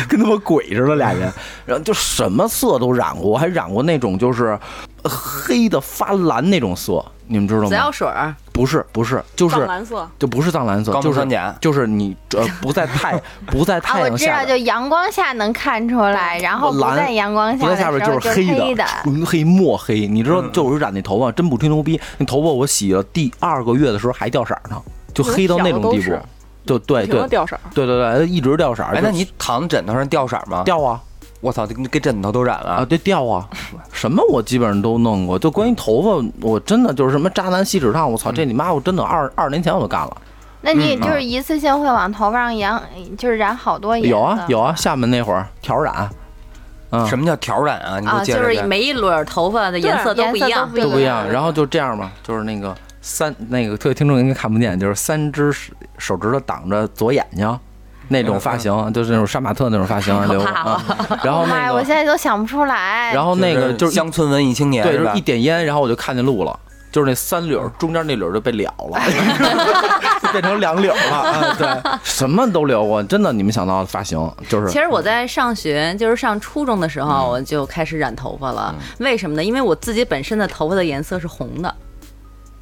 S4: 跟他妈鬼似的俩人，然后就什么色都染过，我还染过那种就是黑的发蓝那种色，你们知道
S3: 紫药
S4: 吗？
S3: 水儿，
S4: 不是不是，就是
S6: 藏蓝色，
S4: 就不是藏蓝色
S2: 高，木
S4: 就是
S2: 酸碱
S4: 就是你呃不在太不在
S1: 啊，
S4: 太
S1: 我
S4: 阳
S1: 知
S4: 下
S1: 道，
S4: 的
S1: 就阳光下能看出来，然后不
S4: 蓝
S1: 在阳光
S4: 不
S1: 下
S4: 在
S1: 的
S4: 下边
S1: 时候
S4: 是
S1: 是
S4: 黑
S1: 黑
S4: 的，纯黑墨黑。你知
S2: 嗯
S4: 道，就是染那头发，真不吹牛逼，那头发我洗了第二个月的时候还掉色儿呢，就黑到那种地
S6: 有的漂
S4: 步
S6: 的都是，
S4: 就对
S6: 不停
S4: 哎对
S6: 的掉色儿。
S4: 对对对，一直掉色儿。
S2: 哎，
S4: 就
S2: 那你躺枕头上掉色儿吗？，
S4: 掉啊
S2: 我操，给给枕头都染
S4: 啊，
S2: 了。
S4: 对掉啊，什么我基本上都弄过。就关于头发，我真的就是什么渣男锡纸烫，我
S1: 嗯
S4: 操，这你妈我真的二二十年前我就干了。
S1: 那你也就是一次性会往头发上染，就是染好多颜色。
S4: 有啊有啊，厦门那会儿调染，嗯，
S2: 什么叫挑染啊？你给
S3: 啊，
S2: 我介
S3: 就
S2: 绍一
S3: 是
S2: 下。
S3: 每一轮头发的颜色都
S1: 颜
S3: 不一
S1: 色
S3: 样。
S1: 都
S4: 都
S1: 不
S4: 不
S1: 一
S4: 一
S1: 样
S4: 样。。然后就这样吧，就是那个三那个特别听众应该看不见，就是三只手手指头挡着左眼睛那种发
S1: 嗯
S4: 型，就是那种杀马特那种发型
S3: 太可
S4: 留
S3: 怕
S4: 啊。然后
S1: 妈
S4: 那
S1: 呀，我
S4: 个
S1: 现在都想不出来。
S4: 然后那个就是一
S2: 乡村文艺青年，
S4: 对，
S2: 是
S4: 就
S2: 吧
S4: 是嗯一点烟，然后我就看见路了。就是那三绺儿中间那绺儿就被了了， 就变成两绺儿了。啊，对，什么都留过，真的，你们想到的发型就是嗯
S3: 其实我在上学，就是上初中的时候，我就开始染头发了。
S4: 嗯
S3: 为什么呢？因为我自己本身的头发的颜色是红的，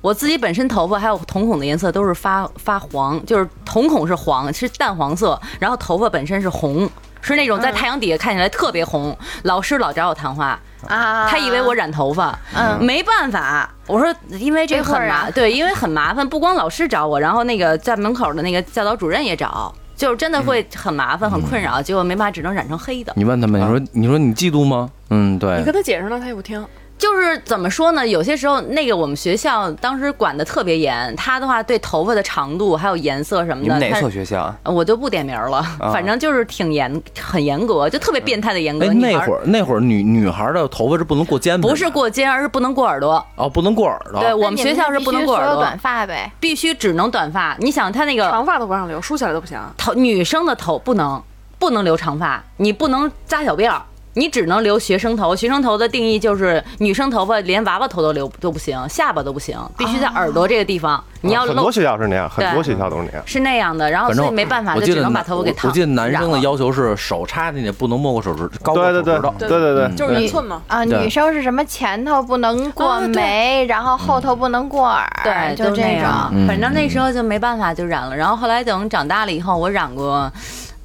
S3: 我自己本身头发还有瞳孔的颜色都是发发黄，就是瞳孔是黄，是淡黄色，然后头发本身是红。是那种
S4: 嗯
S3: 在太阳底下看起来特别红，老师老找我谈话，
S1: 啊，
S3: 他以为我染头发，
S1: 嗯
S3: 没办法，我说因为这
S1: 没
S3: 个
S1: 法
S3: 很
S1: 儿
S3: 麻，
S1: 啊
S3: 对，因为很麻烦，不光老师找我，然后那个在门口的那个教导主任也找，就是真的会很麻烦、很困扰，结果没办法，只能染成黑的。
S4: 你问他们，你说你说你嫉妒吗？嗯，
S6: 你
S4: 对
S6: 跟，他解释呢，他也不
S4: 啊
S6: 听。
S3: 就是怎么说呢？有些时候，那个我们学校当时管的特别严，他的话对头发的长度还有颜色什么
S2: 你
S3: 的，
S2: 们哪
S3: 他
S2: 所学校啊？
S3: 我就不点名了，反正就是挺严、很严格，就特别变态的严格。
S4: 哎，
S3: 女
S4: 那
S3: 孩
S4: 会儿那会儿女女孩的头发是不能过肩的，
S3: 不是过肩，而是不能过耳朵。
S4: 哦，不能过耳朵。
S3: 对我们学校是不能过耳朵，
S1: 短发呗。
S3: 必须只能短发。你想他那个
S6: 长发都不让留，梳起来都不行。
S3: 头女生的头不能不能留长发，你不能扎小辫儿，你只能留学生头。学生头的定义就是女生头发连娃娃头都留都不行，下巴都不行，必须在耳朵这个地
S4: 啊
S3: 方，你要
S5: 很多
S3: 露
S5: 学校是那样，很多学校都是那样。
S3: 是那样的。然后
S4: 反
S3: 所
S4: 正
S3: 以没办法，
S4: 我
S3: 就
S4: 记
S3: 只
S4: 得
S3: 能把
S4: 男
S3: 头发给
S4: 我
S3: 烫。
S4: 我记得男生的
S3: 染了
S4: 要求是手插进去不能没过手指，高过
S5: 对
S4: 手
S5: 对
S4: 指
S5: 对
S4: 头。
S5: 对对
S4: 嗯
S5: 对，
S6: 就是
S1: 对
S6: 一寸嘛，
S1: 啊，
S4: 对
S1: 女生是什么前头不能
S3: 啊
S1: 过眉，然后后头不能过耳，
S3: 对，
S1: 就
S3: 都那
S1: 这
S3: 样
S1: 种。
S3: 反正
S6: 嗯
S3: 那时候就没办法，就染了。然后后来等长大了以后，我染过。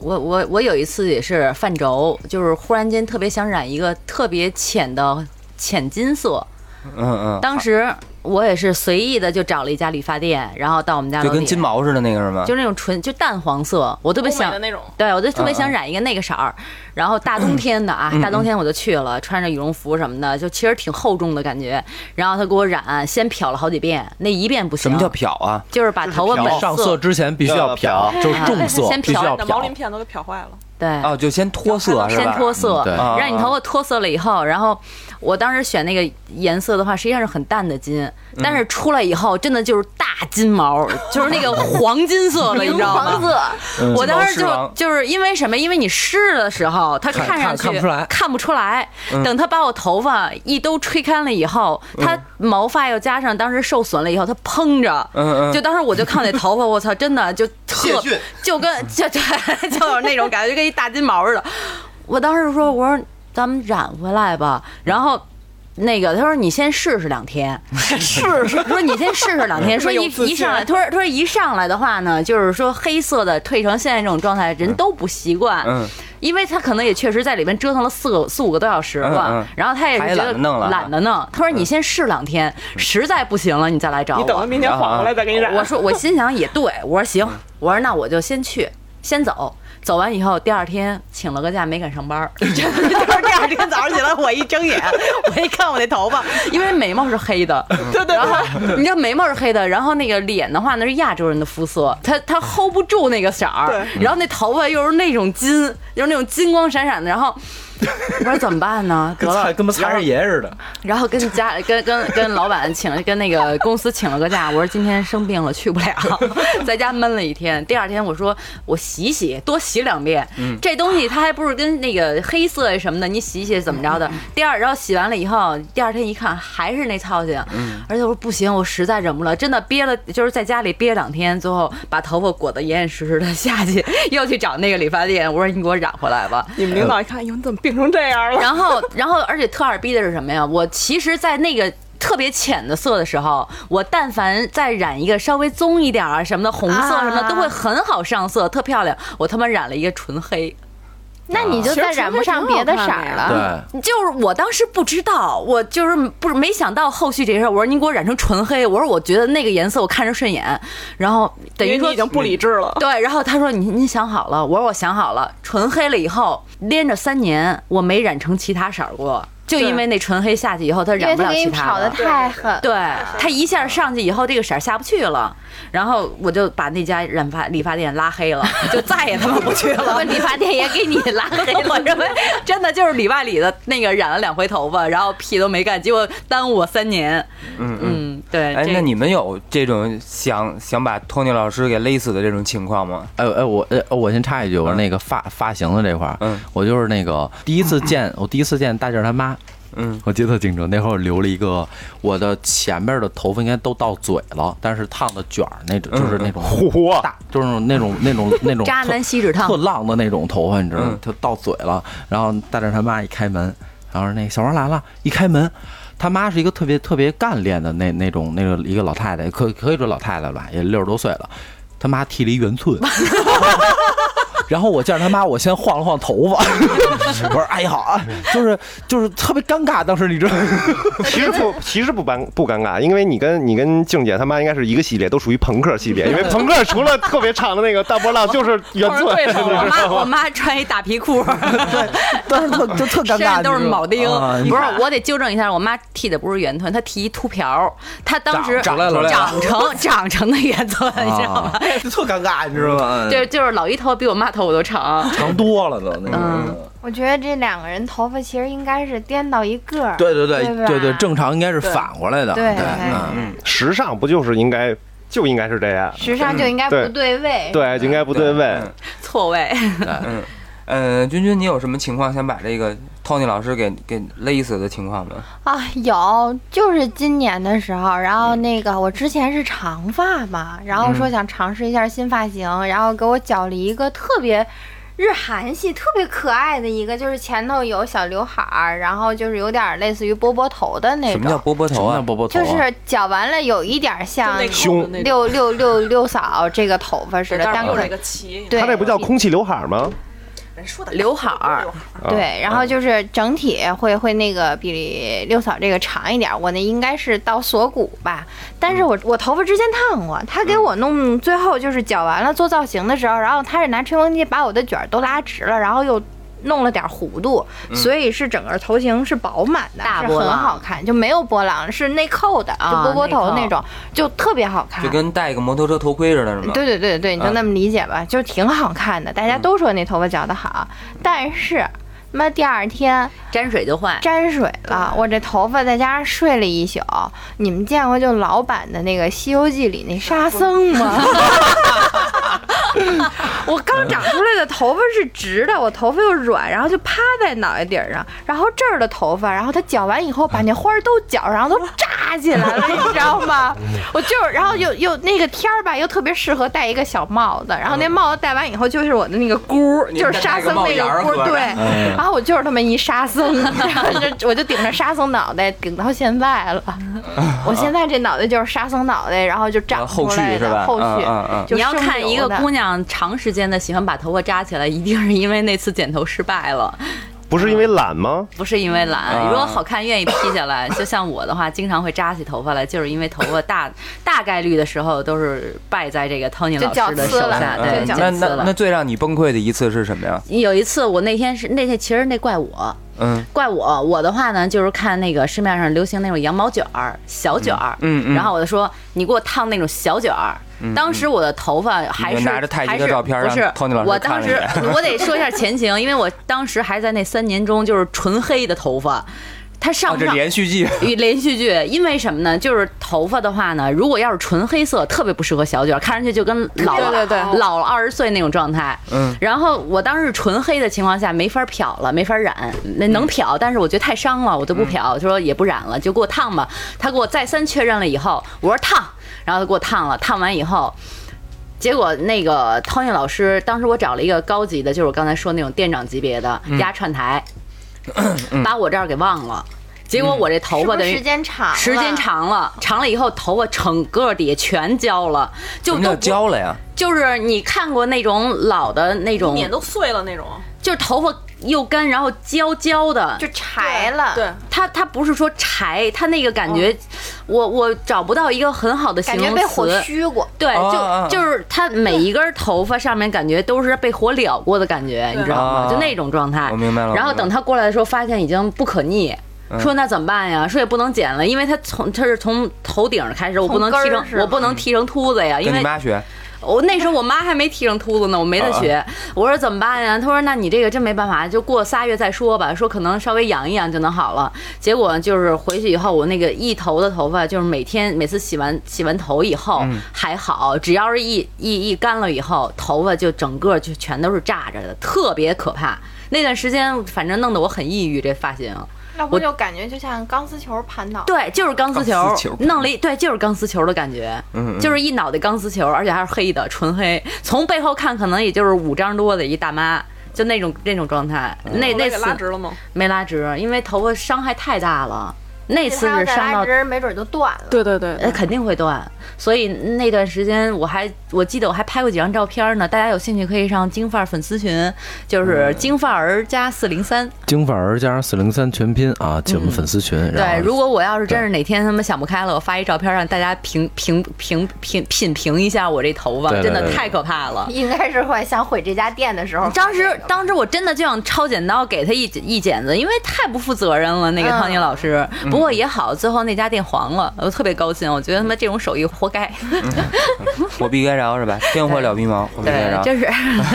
S3: 我我我有一次也是犯轴，就是忽然间特别想染一个特别浅的浅金
S2: 哦
S3: 色，
S2: 嗯
S3: 当时我也是随意的就找了一家理发店，然后到我们家
S2: 嗯，就
S3: 楼
S2: 跟
S3: 里，
S2: 金毛似的那个是吗？
S3: 就是那种纯就淡黄色，我特别
S6: 欧美
S3: 想
S6: 的。那
S4: 哦
S6: 种。
S3: 对，我就特别想
S2: 嗯嗯嗯
S3: 染一个那个色儿，然后大冬天的啊，大冬天我就去了，穿着羽绒服什么的，就其实挺厚重的感觉。然后他给我染，先漂了好几遍，那一遍不
S2: 什
S3: 行，
S2: 么叫漂啊？
S3: 就是把头发
S2: 漂
S3: 本
S4: 上色之前必须要漂，
S5: 要
S4: 就是重色
S3: 哎先
S4: 必须
S3: 漂
S4: 要
S6: 那毛
S4: 漂
S6: 鳞。片都给漂坏了，
S3: 对
S2: 哦，就先脱色是吧？
S3: 先脱色
S4: 嗯对，
S3: 让你头发脱色了以后，然后我当时选那个颜色的话，实际上是很淡的金，但是出来以后真的就是大金毛，就是那个黄金色了，你知道吗？
S1: 黄色，
S3: 我当时
S2: 金毛狮
S3: 就
S2: 王
S3: 就是因为什么？因为你湿的时候，它
S4: 看
S3: 上
S4: 看看
S3: 去
S4: 不出来
S3: 看不出来。等它把我头发一都吹干了以后，它毛发又加上当时受损了以后，它蓬着。
S2: 嗯嗯
S3: 就当时我就看那头 发，我操，真的就
S7: 谢
S3: 特
S7: 逊
S3: 就跟 就就就是那种感觉，就跟一大金毛似的。我当时说，我说咱们染回来吧，然后。那个他说你先试试 两天，试试，说你先试试两天，说一一上来，他说他说一上来的话呢，就是说黑色的褪成现在这种状态，人都不习惯，
S2: 嗯，
S3: 因为他可能也确实在里面折腾了四个四五个多小时了，
S2: 嗯嗯
S3: 然后他也
S2: 还
S3: 是觉
S2: 懒
S3: 得
S2: 得弄了啊嗯
S3: 懒得弄，他说你先试两天，实在不行了你再来
S4: 啊
S3: 找我，
S8: 你等到明天缓过来再给你染。
S3: 我说我心想也对，我说行，我说那我就先去，先走。走完以后，第二天请了个假，没敢上班 儿。就是第二天早上起来，我一睁眼，我一看我那头发，因为眉毛是黑的，对嗯对。然后 你知道眉毛是黑的，然后那个脸的话，那是亚洲人的肤色，他他 hold 不住那个色儿，然后那头发又是那种金，又是那种金光闪闪的，然后。 我说怎么办呢？得
S4: 跟
S3: 了
S4: 蔡，跟他妈
S3: 然
S4: 财
S3: 后啊
S4: 神爷似的。
S3: 然后跟家跟跟跟老板请了跟那个公司请了个假，我说今天生病了去不了， 在家闷了一天。第二天我说我洗洗，多洗两遍。这东西它还不是跟那个黑色什么的，你洗洗怎么着的。第二，然后洗完了以后，第二天一看还是那操性，而且我说不行，我实在忍不了，真的憋了，就是在家里憋两天，最后把头发裹得严严实实的下去， 又去找那个理发店，我说你给我染回来吧。
S8: 你们领导一
S6: 哎
S8: 看，哟，你怎么病成这样 了？
S3: 然后，然后，而且特二逼的是什么呀？我其实，在那个。特别浅的色的时候，我但凡再染一个稍微棕一点儿啊什么的，红色什么的、
S1: 啊
S3: 都会很好上色，特漂亮。我他妈染了一个纯黑，
S1: 那你就再染不上别的色儿了。
S4: 对，
S3: 就是我当时不知道，我就是不是没想到后续这事儿。我说你给我染成纯黑，我说我觉得那个颜色我看着顺眼，然后等
S8: 因为
S3: 于说
S8: 你已经
S4: 嗯
S8: 不理智 了。
S3: 对，然后他说：“您您想好了？”我说：“我想好了。”纯黑了以后，连着三年我没染成其他色儿过，就因为那纯黑下去以后，它
S1: 因为
S3: 染不
S1: 他
S3: 了
S1: 给
S3: 其
S1: 你
S3: 他
S1: 炒的
S3: 的。
S1: 太狠，
S3: 对，它一下上去以后，这个色儿下不去了，然后我就把那家染发理发店拉黑了， 就再也他妈不去
S1: 我
S3: 了。
S1: 理发店也给你拉黑
S3: 我
S1: 了。
S3: 认为真的就是里外里的那个染了两回头发，然后屁都没干，结果耽误我三年。
S2: 嗯嗯。
S3: 嗯，对。
S2: 哎，
S3: 这
S2: 那你们有这种想想把托尼老师给勒死的这种情况吗？
S4: 哎哎，我哎我先插一句，我那个发发型的这块儿，
S2: 嗯
S4: 我就是那个第一次见，我第一次见大静儿他妈，
S2: 嗯，
S4: 我记得特清楚，那会儿留了一个我的前面的头发应该都到嘴了，但是烫的卷儿那种，
S2: 嗯
S4: 就是那种
S5: 嚯，
S4: 大，就是那种那种那 种
S3: 渣男锡纸烫
S4: 特浪的那种头发，你知道吗
S2: 嗯？
S4: 就到嘴了，然后大婶他妈一开门，然后那小王来了，一开门。他妈是一个特别特别干练的那那种那个一个老太太，可可以说老太太了吧，也六十多岁了。他妈剃了一圆 寸，然后我见着他妈，我先晃了晃头发，我说哎呀好啊，就是就是特别尴尬，当时你知道 吗，
S5: 其实不，其实不尴不尴尬，因为你跟你跟静姐他妈应该是一个系列，都属于朋克系列。因为朋克除了特别长的那个大波浪，就是原
S8: 都
S5: 寸
S8: 是，对手
S3: 我
S5: 你知
S3: 妈
S5: 道
S3: 我
S5: 吗？
S3: 妈穿一大皮裤，
S4: 当时特就特尴
S3: 身
S4: 尬，
S3: 上都是
S4: 你知道吗
S3: 铆钉
S4: 啊，
S3: 不是，我得纠正一下，我妈剃的不是圆寸，她剃一秃瓢，她当时
S4: 长出来了
S3: 长成长成的圆寸，你知道吗？
S4: 啊就特尴尬，你知道吗？
S3: 就就是老姨头比我妈头我都长，
S4: 长多了都那
S3: 嗯
S4: 个。
S1: 我觉得这两个人头发其实应该是颠到一个儿。
S4: 对对对
S1: 对吧
S4: 对对，正常应该是反过来的。
S1: 对哎
S4: 对，
S1: 对
S4: 嗯
S5: 时尚不就是应该就应该是这样？
S1: 时尚就应该
S5: 对
S1: 不对位。
S5: 对，就应该不对位。
S3: 错位。
S2: 嗯，呃，君君，你有什么情况想把这个托尼老师给给勒死的情况吗？
S1: 啊，有，就是今年的时候，然
S2: 嗯
S1: 后那个我之前是长发嘛，然后说想尝试一下新发型，然后给我绞了一个特别日韩系、特别可爱的一个，就是前头有小刘海儿，然后就是有点类似于波波头的那
S2: 什么叫
S1: 种，
S2: 波波
S4: 什
S2: 头
S4: 么叫
S2: 啊？
S4: 波波头
S1: 就
S4: 啊？
S1: 是绞完了有一点
S3: 啊
S1: 像
S8: 内裤
S5: 胸
S8: 的那种，
S1: 六六六六嫂这个头发似的，
S8: 但
S1: 但
S8: 是有
S1: 可
S8: 那个旗，
S1: 对
S5: 他这不叫空气刘海吗？
S8: 人说的
S3: 刘海
S6: 哎
S3: 儿，
S5: 啊，
S1: 对，然后就是整体会会那个比六嫂这个长一点儿，我那应该是到锁骨吧。但
S2: 嗯
S1: 是我我头发之前烫过，他给我弄最后就是绞完了做造型的时候，然后他是拿吹风机把我的卷儿都拉直了，然后又。弄了点儿弧度，
S2: 嗯
S1: 所以是整个头型是饱满的，
S3: 大
S1: 是
S3: 波
S1: 很
S3: 浪
S1: 好看，就没有波浪，是内扣的，
S3: 啊
S1: 就波波
S3: 内
S1: 头
S3: 扣
S1: 那种，就特别好看。
S2: 就跟戴个摩托车头盔似的，是吗？
S1: 对对对对，你就
S2: 嗯
S1: 那么理解吧，就是挺好看的，大家都说那头发绞的好，但是。妈，第二天
S3: 沾水就坏。
S1: 沾水了，我这头发在家睡了一宿。你们见过就老版的那个《西游记》里那沙僧吗？我刚长出来的头发是直的，我头发又软，然后就趴在脑袋顶上，然后这儿的头发，然后他绞完以后把那花儿都绞，然后都炸扎起来了，你知道吗？我就是，然后又又那个天儿吧，又特别适合戴一个小帽子，然后那帽子戴完以后就是我的那个箍儿，
S2: 你
S1: 就是沙僧那
S2: 戴个帽檐儿
S1: 箍
S2: 合
S1: 儿，
S2: 着嗯
S1: 对。然后我就是他妈一沙僧，然后就我就顶着沙僧脑袋顶到现在了，我现在这脑袋就是沙僧脑袋，然后就长
S2: 呃后
S1: 出
S2: 续
S1: 来
S2: 是吧
S1: 的？后
S2: 嗯
S1: 续。
S2: 嗯嗯，
S1: 就
S3: 你要
S1: 生
S3: 看一
S1: 油
S3: 个
S1: 的
S3: 姑娘长时间的喜欢把头发扎起来，一定是因为那次剪头失败了，
S5: 不是因为懒吗？
S3: 不是因为懒。
S2: 啊
S3: 如果好看愿意披下来，就像我的话，经常会扎起头发来，就是因为头发大大概率的时候都是败在这个 Tony
S1: 就
S3: 老师的手
S1: 绞丝
S3: 下，
S1: 了
S3: 啊对，
S1: 就绞
S2: 嗯那
S3: 绞丝
S2: 那那
S3: 了。
S2: 最让你崩溃的一次是什么呀？
S3: 有一次，我那天是那天其实那怪我，
S2: 嗯
S3: 怪我，我的话呢，就是看那个市面上流行那种羊毛卷儿、小卷儿，
S2: 嗯嗯嗯
S3: 然后我就说你给我烫那种小卷儿。当时我的头发还
S2: 你
S3: 是
S2: 就拿着太极
S3: 还
S2: 的
S3: 是
S2: 照片儿
S3: 不是
S2: 让 Tony 老师
S3: 我
S2: 看
S3: 当
S2: 了
S3: 时我得说一下前情，因为我当时还在那三年中就是纯黑的头发，它上
S2: 啊，
S3: 不
S2: 这
S3: 上？
S2: 连续剧，
S3: 与连续剧，因为什么呢？就是头发的话呢，如果要是纯黑色，特别不适合小卷，看上去就跟老了
S6: 对对对
S3: 老了二十岁那种状态。
S2: 嗯，
S3: 然后我当时纯黑的情况下没法漂了，没法染，那能漂，但是我觉得太伤了，我就不漂，就说也不染了，就给我烫吧。他给我再三确认了以后，我说烫，然后他给我烫了，烫完以后。结果那个 Tony 老师，当时我找了一个高级的，就是我刚才说那种店长级别的压串台，把我这儿给忘了。结果我这头
S1: 是不
S3: 发
S1: 是
S3: 等于
S1: 时间长，
S3: 时间。长了，长了以后头发整个底下全焦了，
S2: 什
S3: 就
S2: 么
S3: 都
S2: 叫
S3: 不
S2: 焦了呀？
S3: 就是你看过那种老的那种，
S8: 脸都碎了那种。
S3: 就是头发又干，然后焦焦的，
S1: 就柴
S3: 嗯
S1: 了，
S8: 对，
S3: 它它不是说柴，它那个感觉，我我找不到一个很好的形
S1: 哦感
S3: 容词。
S1: 觉被火熏过。
S3: 对，就、
S2: 啊啊
S3: 就是它每一根头发上面感觉都是被火燎过的感觉，你知道吗？
S2: 啊
S3: 就那种状态。
S2: 我明白了
S3: 然后
S2: 我明白了嗯
S3: 等他过来的时候，发现已经不可逆。说那怎么办呀？说也不能剪了，因为他从他是从头顶开始，我不能
S1: 从
S3: 剃
S1: 根儿
S3: 成
S1: 是吗
S3: 我不能剃成秃子呀，因
S2: 跟你
S3: 为
S2: 妈学，
S3: 我那时候我妈还没剃成秃子呢，我没得学。我说怎么办呀？她说那你这个真没办法，就过仨月再说吧。说可能稍微养一养就能好了。结果就是回去以后，我那个一头的头发，就是每天每次洗完洗完头以后、还好，只要是一一一干了以后，头发就整个就全都是炸着的，特别可怕。那段时间反正弄得我很抑郁，这发型。
S1: 那不就感觉就像钢丝球盘倒，
S3: 对，就是钢丝球，
S2: 钢丝球
S3: 弄了一对，就是钢丝球的感觉，
S2: 嗯嗯
S3: 就是一脑袋钢丝球，而且还是黑的，纯黑。从背后看，可能也就是五张多的一大妈，就那种那种状态。
S2: 嗯
S3: 那那
S8: 那
S3: 次
S8: 给拉直了吗？
S3: 没拉直，因为头发伤害太大了，那
S1: 这
S3: 次是伤到
S1: 拉。直，没准就断了。
S6: 对对对，
S3: 呃，肯定会断，所以那段时间我还我记得我还拍过几张照片呢，大家有兴趣可以上京范儿粉丝群，
S2: 嗯
S3: 就是京范儿加四零三，
S4: 京范儿加上四零三全拼啊，进我们粉丝群。啊然
S3: 对，
S4: 后
S3: 如果我要是真是哪天他们想不开了，我发一照片让大家评评评评品评一下我这头发，
S4: 对对
S3: 真的
S4: 对
S3: 太可怕了。
S1: 应该是会想毁这家店的时候。
S3: 当时，当时我真的就想抄剪刀给他一一剪子，因为太不负责任了。那个
S1: 嗯
S3: 汤尼老师，不过也好，最后那家店黄了，我特别高兴。我觉得他妈这种手艺活该。
S4: 嗯
S2: 火必该燃是吧？天火燎皮毛，火必该
S3: 对，
S2: 燃。
S3: 真是，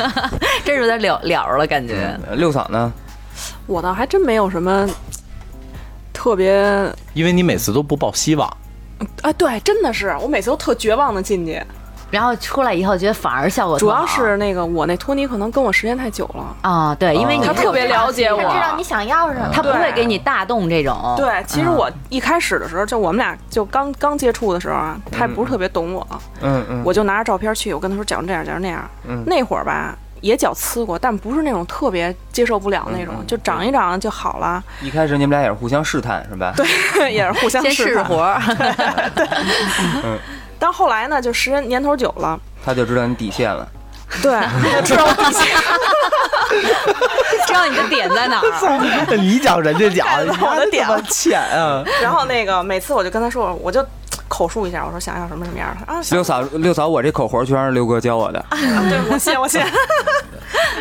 S3: 真是有点了了了感
S4: 嗯
S3: 觉。
S2: 呃六嫂呢？
S6: 我倒还真没有什么特别
S4: 因为你每次都不抱希望，
S6: 啊，对，真的是我每次都特绝望的进去，
S3: 然后出来以后，觉得反而效果
S6: 主
S3: 特
S2: 啊
S6: 要
S3: 好
S6: 是那个我那托尼可能跟我时间太久了，
S3: 啊，对，
S4: 哦
S3: 因为你
S6: 他特别了解
S1: 他
S6: 我，
S1: 知道你想要什么，
S3: 他不会给你大动这种。
S2: 哦
S6: 对，其实
S3: 嗯
S6: 我一开始的时候，就我们俩就刚刚接触的时候啊，他也不是特别懂我，
S2: 嗯嗯，
S6: 我就拿着照片去，我跟他说假如这样，假如那样。
S2: 嗯
S6: 那会儿吧，也脚呲过，但不是那种特别接受不了那种，
S2: 嗯嗯
S6: 就长一长就好了，
S2: 一开始你们俩也是互相试探是吧？对，
S6: 也是互相
S3: 先试
S6: 试
S3: 试
S6: 探。
S3: 活儿，
S6: 但后来呢，就时间年头久了，
S2: 他就知道你底线了。
S6: 对，就 知道我底线，
S3: 知道你的点在哪儿。
S4: 你讲人家讲，
S6: 看到我的点了
S4: 你妈欠啊！
S6: 然后那个每次我就跟他说，我就口述一下，我说想要什么什么样的啊，想
S2: 六嫂，六嫂，我这口活全是六哥教我的。
S6: 对我信我信。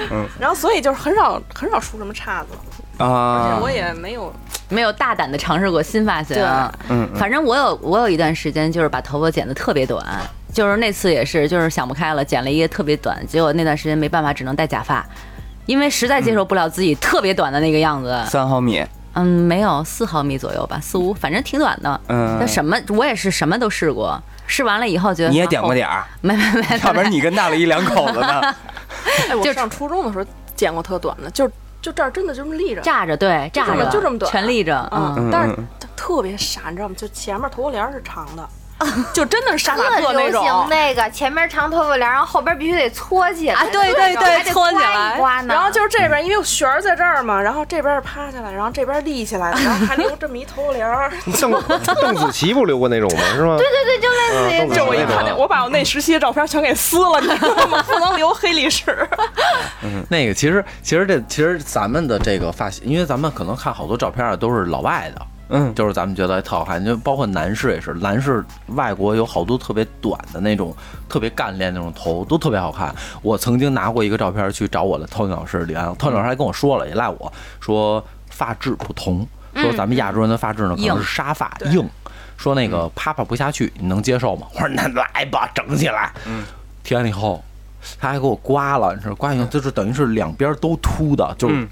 S2: 嗯
S6: 然后所以就是很少很少出什么岔子，
S2: 啊，
S6: 我也没有
S3: 没有大胆的尝试过新发型。
S2: 嗯
S3: 反正我有我有一段时间就是把头发剪得特别短，就是那次也是就是想不开了，剪了一个特别短，结果那段时间没办法，只能戴假发。因为实在接受不了自己特别短的那个样子，
S2: 三毫米，
S3: 嗯，没有四毫米左右吧，四五，反正挺短的。
S2: 嗯
S3: 但什么我也是什么都试过，试完了以后觉得
S2: 你也
S3: 啊
S2: 点过
S3: 后
S2: 点儿，
S3: 没没没，
S2: 要不然你跟大了一两口子呢。
S6: 哎，我
S3: 就
S6: 上初中的时候剪过特短的，就就这儿真的就这么立着，
S3: 炸着对炸
S6: 就这
S3: 着
S6: 么就这么短
S3: 全立着，
S6: 嗯
S2: 嗯
S6: 但是
S2: 嗯
S6: 特特别傻，你知道吗？就前面头发帘儿是长的， 就真的是杀马
S1: 特
S6: 特那
S1: 流行
S6: 种。
S1: 那个前面长头发帘，然后后边必须得搓起来，
S3: 啊对对对
S1: 还得
S3: 搓起
S1: 刮
S3: 来
S1: 一刮呢。
S6: 然后就是这边，因为旋儿在这儿嘛，然后这边趴下来，然后这边立起来，然后还留这么一头帘儿。
S5: 邓邓紫棋不留过那种吗？是吗？对对
S1: 对，就类似于
S5: 对，
S6: 就我一看那，
S5: 那
S6: 我把我那时期的照片全给撕了，你知道吗？不能留黑历史。
S4: 那个其实其实这其实咱们的这个发型，因为咱们可能看好多照片啊都是老外的，
S2: 嗯，
S4: 就是咱们觉得哎特好看，就哎包括男士也是，男士外国有好多特别短的那种，特别干练那种头都特别好看。我曾经拿过一个照片去找我的 Tony 老师李安，Tony 老师还跟我说了，也赖我说发质不同，说咱们亚洲人的发质呢可能
S3: 硬
S4: 是沙发硬，说那个啪啪不下去，你能接受吗？我说那来吧，整起来。嗯，剃完了以后，他还给我刮了，你知道刮以后就是等于是两边都秃的，就是
S2: 嗯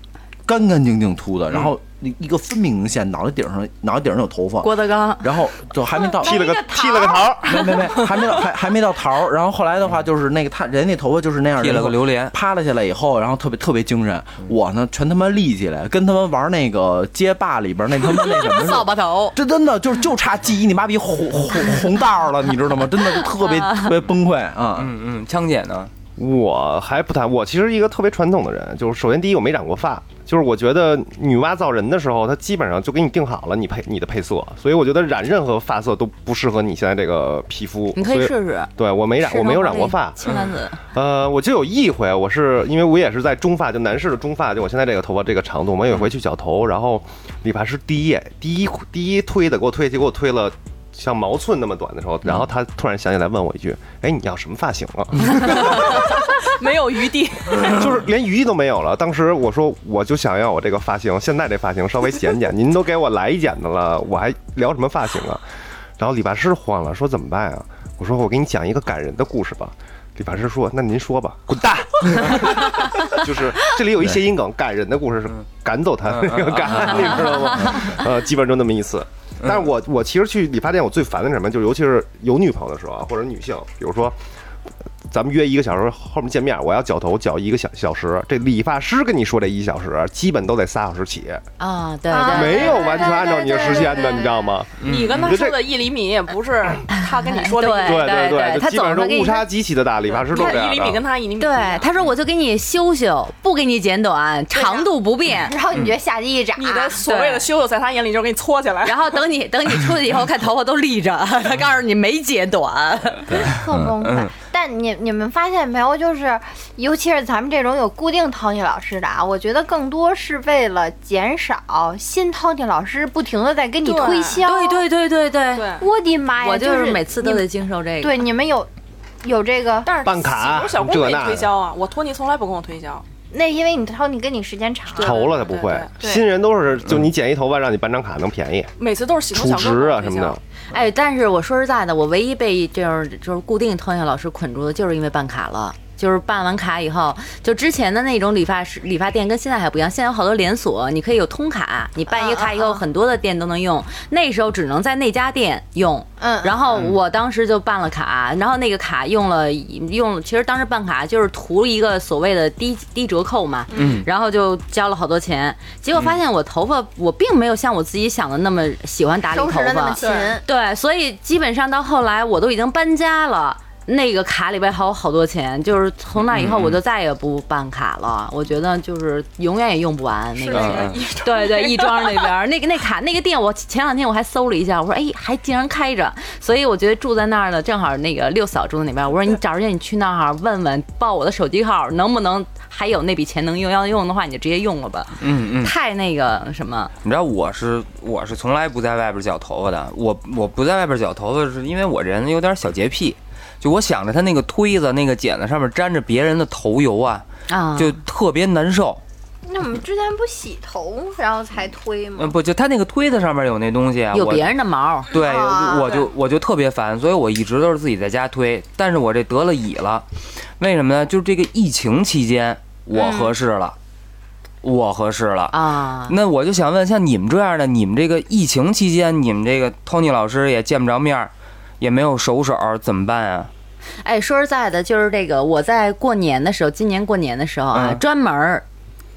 S4: 干干净净秃的，然后一一个分明的线，脑袋顶上脑袋顶上有头发，
S3: 郭德纲
S4: 然后就还没到，
S5: 剃了个剃了个头儿，
S4: 没没没， 还没到还还没到头儿。然后后来的话就是那个他人那头发就是那样，
S2: 剃了个榴莲
S4: 趴了下来以后，然后特别特别精神。我呢全他妈立起来，跟他们玩那个街霸里边那他妈那什么似的
S3: 扫把头，
S4: 这真的就是就差记忆你妈逼红红红道儿了，你知道吗？真的就特别特别崩溃啊！
S2: 嗯嗯，枪姐呢？
S5: 我还不谈，我其实是一个特别传统的人，就是首先第一我没染过发，就是我觉得女娲造人的时候，她基本上就给你定好了你配你的配色，所以我觉得染任何发色都不适合你现在这个皮肤。
S3: 你可以
S5: 所
S3: 试试。
S5: 对我没染，我没有染过发，
S3: 青男子，
S5: 呃，我就有一回，我是因为我也是在中发，就男士的中发，就我现在这个头发这个长度，我有一回去绞头，然后理发师第一眼第一第一推的给我推，结果我推了。像毛寸那么短的时候，然后他突然想起来问我一句：“哎，你要什么发型啊？”
S6: 没有余地，
S5: 就是连余地都没有了。当时我说，我就想要我这个发型，现在这发型稍微剪剪，您都给我来一剪的了，我还聊什么发型啊？然后理发师慌了，说怎么办啊？我说我给你讲一个感人的故事吧。理发师说：“那您说吧，滚蛋！” 就是这里有一谐音梗，感人的故事是赶走他那 个赶，你知道吗？呃，基本就那么一次。但是我我其实去理发店，我最烦的是什么？就是尤其是有女朋友的时候啊，或者女性，比如说咱们约一个小时后面见面，我要绞头绞一个小小时，这理发师跟你说这一小时，基本都得仨小时起，
S3: 啊，对
S1: 啊
S3: 对，
S5: 没有完全按照你的时
S1: 对对对
S5: 间
S1: 对
S5: 的，
S1: 对
S5: 你知道吗？
S6: 你跟他
S5: 你这
S6: 说的一厘米也不是他跟你说的一厘米。
S5: 对
S3: 对对
S5: 对，就
S3: 他
S5: 基本上
S3: 总会
S5: 是
S3: 给你
S5: 误差极其的大，理发师都
S6: 他
S5: 这
S6: 一厘米
S5: 样
S6: 跟
S5: 的。
S6: 他一厘米不一样。
S3: 对，他说我就给你修修，不给你剪短，长度不变。
S1: 然后你觉得下
S3: 嗯
S1: 去一眨，
S6: 你的所谓的羞羞，在他眼里就是给你搓起来。
S3: 然后等你等你出去以后，看头发都立 着，他告诉你没剪短，
S1: 特
S5: 嗯
S1: 崩溃。但你你们发现没有，就是尤其是咱们这种有固定 Tony 老师的啊，我觉得更多是为了减少新 Tony 老师不停的在跟你
S6: 对
S1: 推销。
S3: 对对对对对
S6: 对
S1: 我的妈呀！
S3: 我就是是每次都
S1: 你
S3: 得经受这个。
S1: 对你们有有这个，
S6: 但是
S5: 办卡
S6: 我小公
S5: 这
S6: 给
S5: 那的
S6: 推销啊，我托尼从来不跟我推销。
S1: 那因为你 Tony 跟你时间长，
S6: 对
S5: 头了他不会，新人都是就你剪一头发，让你办张卡能便宜，
S6: 每次都是喜
S5: 储
S6: 欢小公
S5: 值
S6: 给
S5: 啊
S6: 我
S5: 什
S6: 推
S5: 么
S6: 销
S5: 的。。
S3: 哎，但是我说实在的，我唯一被这样就是固定托尼老师捆住的，就是因为办卡了。就是办完卡以后，就之前的那种理发师、理发店跟现在还不一样，现在有好多连锁，你可以有通卡，你办一个卡以后，很多的店都能用。那时候只能在那家店用，
S1: 嗯，
S3: 然后我当时就办了卡，然后那个卡用了用了，其实当时办卡就是图一个所谓的低低折扣嘛，嗯，然后就交了好多钱，结果发现我头发我并没有像我自己想的那么喜欢打理头
S1: 收拾的那么
S3: 发，
S1: 勤，
S3: 对，所以基本上到后来我都已经搬家了。那个卡里边还有好多钱，就是从那以后我就再也不办卡了。我觉得就是永远也用不完 那个钱。
S2: 嗯嗯
S3: 对对，亦庄那边儿那个那卡那个店，我前两天我还搜了一下，我说哎，还竟然开着，所以我觉得住在那儿呢，正好那个六嫂住在那边儿，我说你找人家你去那儿问问，报我的手机号能不能还有那笔钱能用，要用的话你就直接用了吧，
S2: 嗯嗯。
S3: 太那个什么，
S2: 你知道我是我是从来不在外边绞头发的，我我不在外边绞头发是因为我人有点小洁癖，就我想着他那个推子那个剪子上面沾着别人的头油啊，
S3: 啊，
S2: 就特别难受。
S1: 那我们之前不洗头，然后才推
S2: 嗯，
S1: 吗？哎
S2: 不就他那个推子上面有那东西啊，
S3: 有
S2: 我
S3: 别人的毛，
S2: 对，
S1: 啊
S2: 我就我就特别烦，所以我一直都是自己在家推。但是我这得了乙了，为什么呢？就是这个疫情期间，我
S5: 嗯
S2: 合适了，我合适了。
S3: 啊，
S2: 那我就想问，像你们这样的，你们这个疫情期间，你们这个 Tony 老师也见不着面儿，也没有熟手，怎么办啊？
S3: 哎，说实在的，就是这个，我在过年的时候，今年过年的时候啊，
S2: 嗯
S3: 专门儿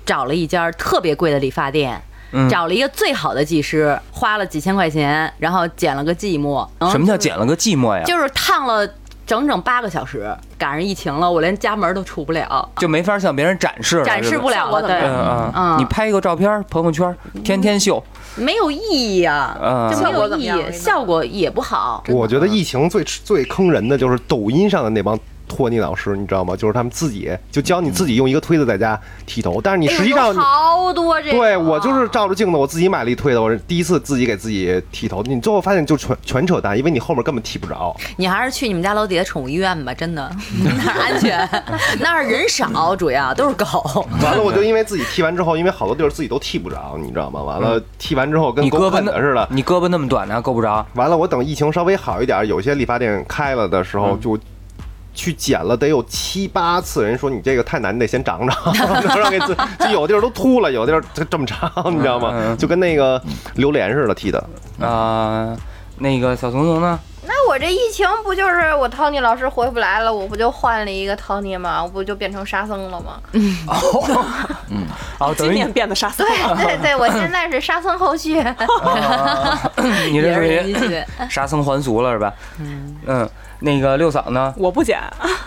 S3: 找了一家特别贵的理发店，
S2: 嗯
S3: 找了一个最好的技师，花了几千块钱，然后剪了个寂寞。嗯
S2: 什么叫捡了个寂寞呀？
S3: 就是烫了整整八个小时，赶上疫情了，我连家门都出不了，
S2: 就没法向别人展示了，
S3: 展示
S2: 是吧啊
S3: 不了了。对，
S2: 嗯嗯，
S3: 嗯
S2: 你拍个照片，朋友圈，天天秀，
S3: 没有意义啊，
S2: 嗯
S3: 就没
S8: 效果
S3: 有
S8: 怎
S3: 意
S8: 么样
S3: 义，效果也不好。
S5: 我觉得疫情最最坑人的就是抖音上的那帮托尼老师，你知道吗？就是他们自己就教你自己用一个推子在家剃头，但是你实际上
S6: 哎
S1: 有好多这个，啊
S5: 对我就是照着镜子，我自己买了一推子，我是第一次自己给自己剃头，你最后发现就全全扯淡，因为你后面根本剃不 着。
S3: 你还是去你们家楼底下宠物医院吧，真的 那儿 安全，那儿人少，主要都是狗。
S5: 完了，我就因为自己剃完之后，因为好多地儿自己都剃不着，你知道吗？完了，剃完之后跟
S2: 你
S5: 狗
S2: 胳膊
S5: 啃
S2: 那
S5: 的似的。
S2: 你胳膊那么短呢，够不着。
S5: 完了，我等疫情稍微好一点，有些理发店开了的时
S2: 嗯
S5: 候就。去剪了得有七八次，人说你这个太难，你得先长 长，然后给自就有地儿都秃了，有地儿就这么长，你知道
S2: 嗯
S5: 吗？
S2: 嗯
S5: 就跟那个榴莲似的剃的。
S2: 啊，那个小怂怂呢？
S1: 那我这疫情不就是我 Tony 老师回不来了，我不就换了一个 Tony 吗？我不就变成沙僧了吗？
S2: 哦，等
S8: 今
S2: 于
S8: 年变得杀死
S1: 对对对，我现在是沙僧后续。
S2: 啊你这
S3: 也
S2: 属
S3: 是人
S2: 于
S3: 家去，
S2: 杀僧还俗了是吧？嗯，那个六嫂呢？
S8: 我不剪，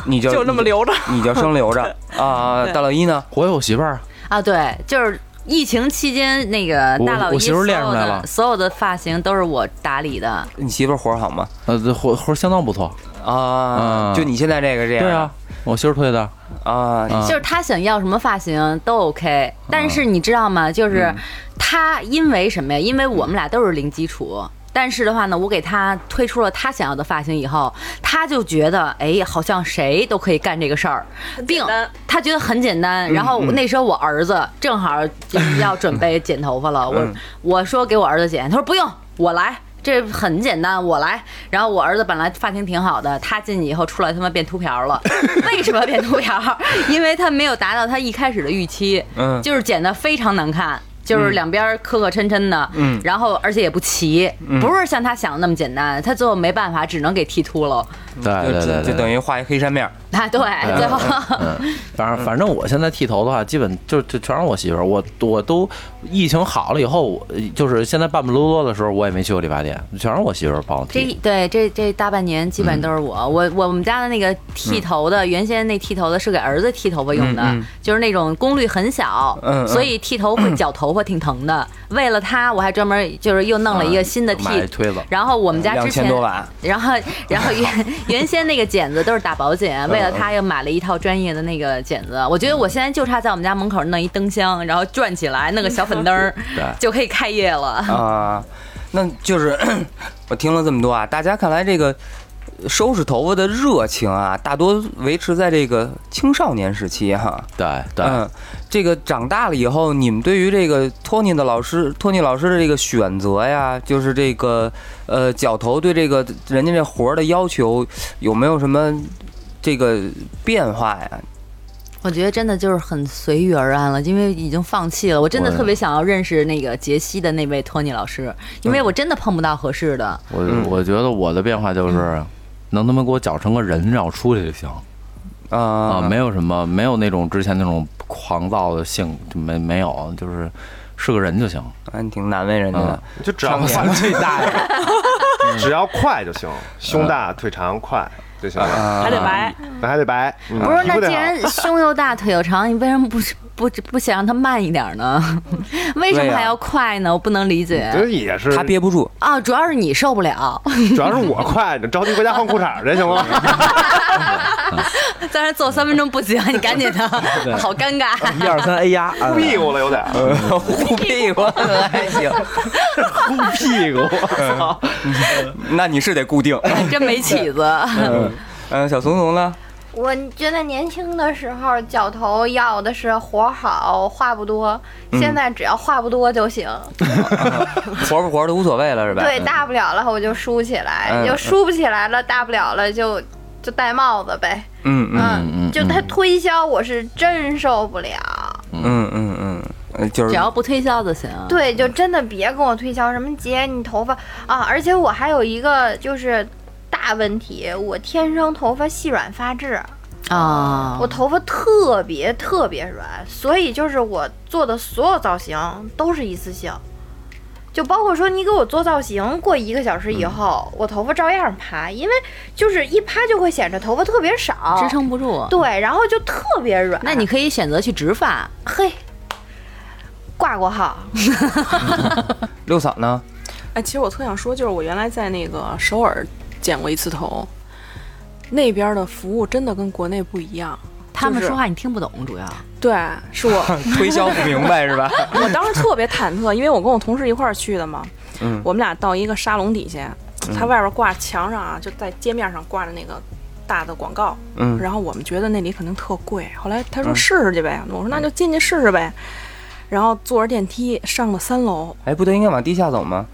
S2: 你就
S8: 就那么留着。
S2: 你就生留着 啊。
S8: 对
S2: 大老一呢？
S4: 我有媳妇儿啊，
S3: 啊，对，就是疫情期间那个
S4: 我
S3: 大老
S4: 我
S3: 爷
S4: 媳妇
S3: 所
S4: 儿
S3: 有
S4: 练出来
S3: 的
S4: 了
S3: 所有的发型都是我打理的，
S2: 你媳妇儿活儿好吗？
S4: 呃，这活活相当不错。
S2: 啊，
S4: 嗯
S2: 就你现在这个这样
S4: 对啊，嗯我媳妇儿推的，
S2: 啊啊，
S3: 就是他想要什么发型都 OK，但
S4: 嗯
S3: 是你知道吗？就是他因为什么呀？因为我们俩都是零基础。但是的话呢，我给他推出了他想要的发型以后，他就觉得，哎，好像谁都可以干这个事儿，并
S8: 单
S3: 他觉得很简
S2: 嗯
S3: 单。然后那时候我儿子正好就是要准备剪头发了，我
S2: 嗯
S3: 我说给我儿子剪，他说不用，我来。这很简单，我来。然后我儿子本来发型挺好的，他进去以后出来他妈变秃 瓢了。为什么变秃瓢？因为他没有达到他一开始的预期，
S2: 嗯
S3: 就是剪得非常难看，就是两边磕磕碜碜的，
S2: 嗯
S3: 然后而且也不齐，不是像他想的那么简单。他最后没办法，只能给剃秃了。
S4: 嗯对对对
S2: 就
S4: 对
S2: 就等
S4: 对。
S2: 于画一黑 扇面儿。
S3: 啊，对，
S2: 哎
S3: 最后
S4: 嗯，反正反正我现在剃头的话，基本就就全是我媳妇儿。我我都疫情好了以后，我就是现在半半啰啰的时候，我也没去过理发店，全是我媳妇儿帮我
S3: 这
S4: 剃。
S3: 对这这大半年基
S2: 嗯
S3: 本都是我，我我我们家的那个剃头的，原先那剃头的是给儿子剃头发用的，
S2: 嗯嗯
S3: 就是那种功率很小，
S2: 嗯嗯
S3: 所以剃头 会绞头发挺疼的。为了他，我还专门就是又弄了一个新的
S2: 啊
S3: 剃。
S4: 买推子，
S3: 然后我们家
S2: 嗯两
S3: 之
S2: 千
S3: 前，
S2: 多瓦，
S3: 然后然后原 原先那个剪子都是打薄
S2: 嗯
S3: 剪，为了他又买了一套专业的那个剪子。我觉得我现在就差在我们家门口弄一灯箱，然后转起来弄个小粉灯儿
S4: 对，
S3: 就可以开业了。
S2: 啊，那就是我听了这么多啊，大家看来这个收拾头发的热情啊，大多维持在这个青少年时期哈。
S4: 对对，
S2: 嗯，这个长大了以后，你们对于这个托尼的老师，托尼老师的这个选择呀，就是这个呃绞头对这个人家这活儿的要求，有没有什么这个变化呀？
S3: 我觉得真的就是很随遇而安了，因为已经放弃了。我真的
S4: 对
S3: 特别想要认识那个杰西的那位托尼老师，因为我真的碰不到合适的。
S4: 我我觉得我的变化就是，能他妈给我绞成个人让我出去就行
S2: 啊、
S4: 啊，没有什么，没有那种之前那种狂躁的性，就没没有，就是是个人就行。
S2: 啊，你挺难为人家的。
S5: 就只要
S2: 上面
S5: 最 大的，只要快就行，胸大腿长快就行了，
S2: 嗯啊
S8: 还得白，
S5: 那还得白。嗯
S3: 不是，
S5: 皮肤
S3: 那
S5: 得
S3: 既
S5: 好
S3: 然胸又大腿又长，你为什么不不不想让他慢一点呢？ 为什么还要快呢？我不能理解。
S5: 这也是
S2: 他憋不住，
S3: 啊，主要是你受不了，
S5: 主要是我快，着急回家换裤衩去行吗？
S3: 在那坐三分钟不行，你赶紧的，好尴尬。
S4: 一二三，哎呀，啊
S5: 屁股了有点，
S2: 呃护屁股还行，
S5: 哭屁股，我操！
S2: 那你是得固定。
S3: 真没起子，
S2: 嗯，嗯，小怂怂呢？
S1: 我觉得年轻的时候绞头要的是活好话不多，现在只要话不多就行。
S2: 活不活都无所谓了是吧？
S1: 对，大不了了我就梳起
S2: 嗯
S1: 来，就梳不起来了，大不了了就就戴帽子呗。
S2: 嗯嗯
S1: 嗯，就他推销我是真受不了。
S2: 嗯嗯嗯呃，就
S3: 只
S2: 是
S3: 要不推销就行。
S1: 对，就真的别跟我推销什么姐你头发啊！而且我还有一个就是大问题，我天生头发细软发质。
S3: 啊
S1: 我，头发特别特别软，所以就是我做的所有造型都是一次性，就包括说你给我做造型，过一个小时以
S3: 嗯
S1: 后，我头发照样趴，因为就是一趴就会显着头发特别少，
S3: 支撑不住。
S1: 对，然后就特别软。
S3: 那你可以选择去植发，
S1: 嘿，挂过号，
S2: 六嫂呢？
S6: 哎，其实我特想说，就是我原来在那个首尔剪过一次头，那边的服务真的跟国内不一样。
S3: 他们
S6: 就是
S3: 说话你听不懂，主要
S6: 对，是我
S2: 推销不明白是吧？
S6: 我当时特别忐忑，因为我跟我同事一块儿去的嘛，
S2: 嗯
S6: 我们俩到一个沙龙底下，
S4: 嗯
S6: 它外边挂墙上啊，就在街面上挂着那个大的广告，
S2: 嗯
S6: 然后我们觉得那里肯定特贵，后来他说
S4: 嗯
S6: 试试去呗，我说那就进去试试呗，然后坐着电梯上了三楼，
S2: 哎，不对，应该往地下走吗？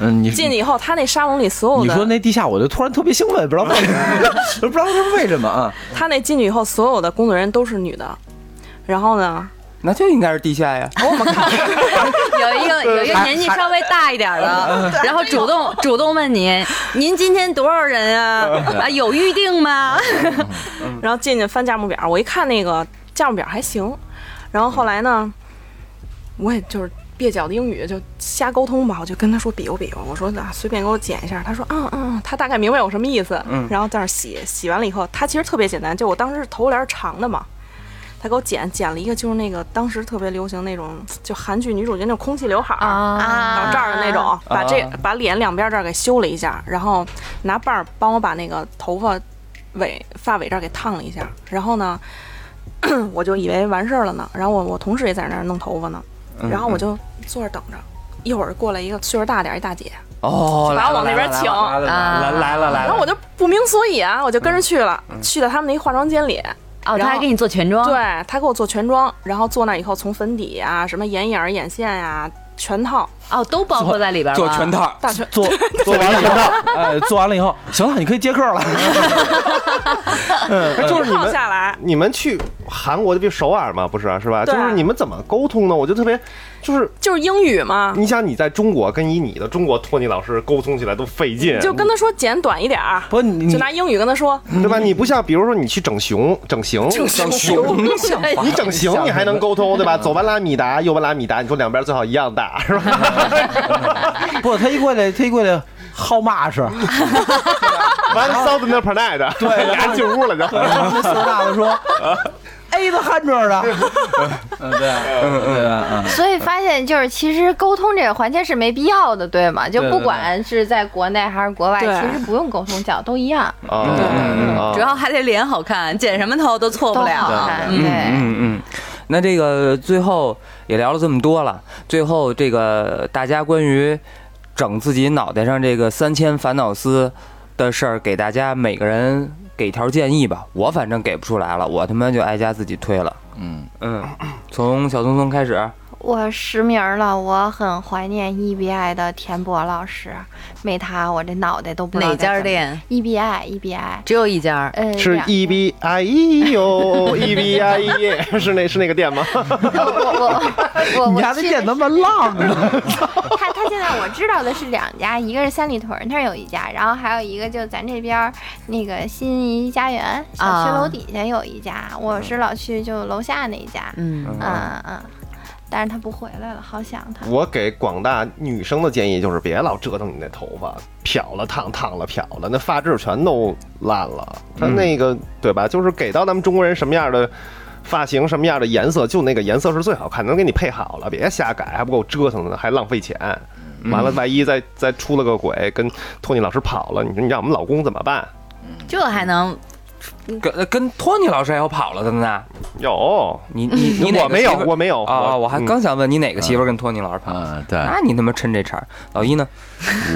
S4: 嗯，你
S6: 进去以后，他那沙龙里所有
S4: 你说
S6: 的，
S4: 那地下，我就突然特别兴奋，不知道为什 么，不知道是为什么啊？
S6: 他那进去以后所有的工作人员都是女的，然后呢，
S2: 那就应该是地下呀。
S3: 有一个有一个年纪稍微大一点的，然后主动主动问你，您今天多少人啊？啊，有预定吗？
S6: 然后进去翻价目表，我一看那个价目表还行，然后后来呢，我也就是蹩脚的英语就瞎沟通吧，我就跟他说比划比划，我说啊随便给我剪一下，他说嗯嗯，他大概明白我什么意思，
S2: 嗯
S6: 然后在那儿洗洗完了以后，他其实特别简单，就我当时头帘儿长的嘛。他给我剪剪了一个，就是那个当时特别流行那种，就韩剧女主角那种空气刘海儿，
S3: 啊
S6: 到这儿的那种，把这把脸两边这儿给修了一下，然后拿棒儿帮我把那个头发尾发尾这儿给烫了一下，然后呢， 我就以为完事儿了呢，然后我我同事也在那儿弄头发呢，
S2: 嗯
S6: 然后我就坐这儿等着，一会儿过来一个岁数大点儿一大姐，
S2: 哦，
S6: 把我往那边请
S2: 来
S4: 啊
S2: 了
S6: 啊
S2: 嗯来
S3: 啊
S2: 了来了来
S6: 然后我
S2: 了，
S6: 就不明所以啊，我就跟着去了，去了他们那化妆间里，
S3: 哦，
S6: 然
S3: 他
S6: 后
S3: 还给你做全妆，
S6: 对他给我做全妆，然后坐那以后从粉底啊、什么眼影儿、眼线呀、全套
S3: 哦，都包括在里边了。
S2: 做全套。
S6: 大全
S4: 做 做完了以后，哎，做完了以后，行了，你可以接客了。
S2: 呃
S6: 就是套下来，
S5: 你们去韩国就比首尔嘛，不是是吧？就
S6: 对啊
S5: 是你们怎么沟通呢？我就特别，就是
S6: 就是英语嘛，
S5: 你想你在中国跟以你的中国托尼老师沟通起来都费劲，
S6: 就跟他说剪短一点儿，
S4: 不，你
S6: 就
S4: 你
S6: 拿英语跟他说，
S5: 对吧？你不像比如说你去整熊整形，
S2: 整熊像话
S5: 你整形你还能沟通对吧？左半拉米达，右半拉米达，你说两边最好一样大 是吧？
S4: 不，他一过来，他一过来，好嘛 是？
S5: 完了骚的那盆奈的，对，俩人进屋了就。
S4: 然后那四大的说，A 的 hundred 的， 嗯，对啊，嗯对啊，嗯。
S1: 所以发现就是其实沟通这个环节是没必要的，对吗？就
S4: 对
S1: 不
S4: 对
S1: 管是在国内还是国外，
S6: 对
S1: 其实不用沟通角都一样，
S5: 啊
S2: 嗯
S5: 啊
S3: 主要还得脸好看，剪什么头都错
S1: 都
S3: 不了。
S1: 好看。
S3: 嗯
S1: 对，
S2: 嗯嗯，那这个最后也聊了这么多了，最后这个大家关于整自己脑袋上这个三千烦恼丝的事儿，给大家每个人给条建议吧。我反正给不出来了，我他妈就挨家自己推了。
S4: 嗯
S2: 嗯，从小松松开始，
S1: 我实名儿了，我很怀念 EBI 的田博老师，没他我这脑袋都不知道
S3: 哪
S1: 该
S3: 家
S1: 怎么
S3: 店？
S1: E ？EBI EBI，
S3: 只有一家，
S1: 呃，
S5: 是
S1: 两
S5: E B I E 哟，E B I E 是那是那个店吗？
S1: 我 我我我
S4: 你
S1: 我
S4: 家那
S1: 去
S4: 店那么浪啊呢？
S1: 他他现在我知道的是两家，一个是三里屯那儿有一家，然后还有一个就咱这边儿那个新怡家园小区
S3: 啊
S1: 楼底下有一家，我是老去就楼下那一家，
S3: 嗯，
S1: 嗯嗯，但是他不回来了，好想他。
S5: 我给广大女生的建议就是，别老折腾你那头发，漂了烫，烫了漂了，那发质全都烂了。它那个、对吧？就是给到咱们中国人什么样的发型，什么样的颜色，就那个颜色是最好看的，能给你配好了，别瞎改，还不够折腾的，还浪费钱。完了，万一再再出了个轨，跟托尼老师跑了，你说你让我们老公怎么办？
S3: 这还能
S2: 跟跟托尼老师还有跑了的呢。
S5: 有，
S2: 你你你哪
S5: 我
S2: 个
S5: 没有
S2: 媳，妇儿
S5: 我没有
S2: 啊啊！我还
S5: 嗯
S2: 刚想问你哪个媳妇儿跟托尼老师跑了，
S4: 啊，对
S2: 那你他妈趁这茬儿。老一呢？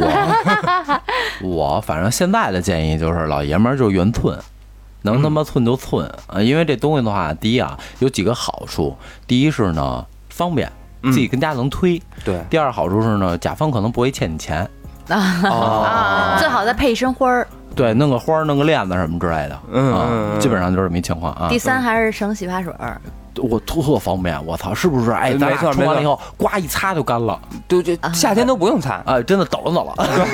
S4: 我我反正现在的建议就是，老爷们儿就圆寸。能他妈寸就寸啊！因为这东西的话，第一啊，有几个好处。第一是呢，方便，
S2: 嗯
S4: 自己跟家能推；
S2: 对，
S4: 第二好处是呢，甲方可能不会欠你钱。啊
S1: 啊
S2: 哦，
S3: 最好再配一身花儿。
S4: 对，弄个花儿，弄个链子什么之类的，
S2: 嗯嗯
S4: 啊
S2: 嗯，
S4: 基本上就是这么一情况啊
S3: 第。三还是省洗发水儿，
S4: 我特方便，我操，是不是？哎，咱
S2: 没错
S4: 俩冲完
S2: 没错
S4: 了以后，呱一擦就干了，
S2: 就就
S3: 啊
S2: 夏
S4: 啊
S2: 天都不用擦。
S4: 啊，真的抖了抖了。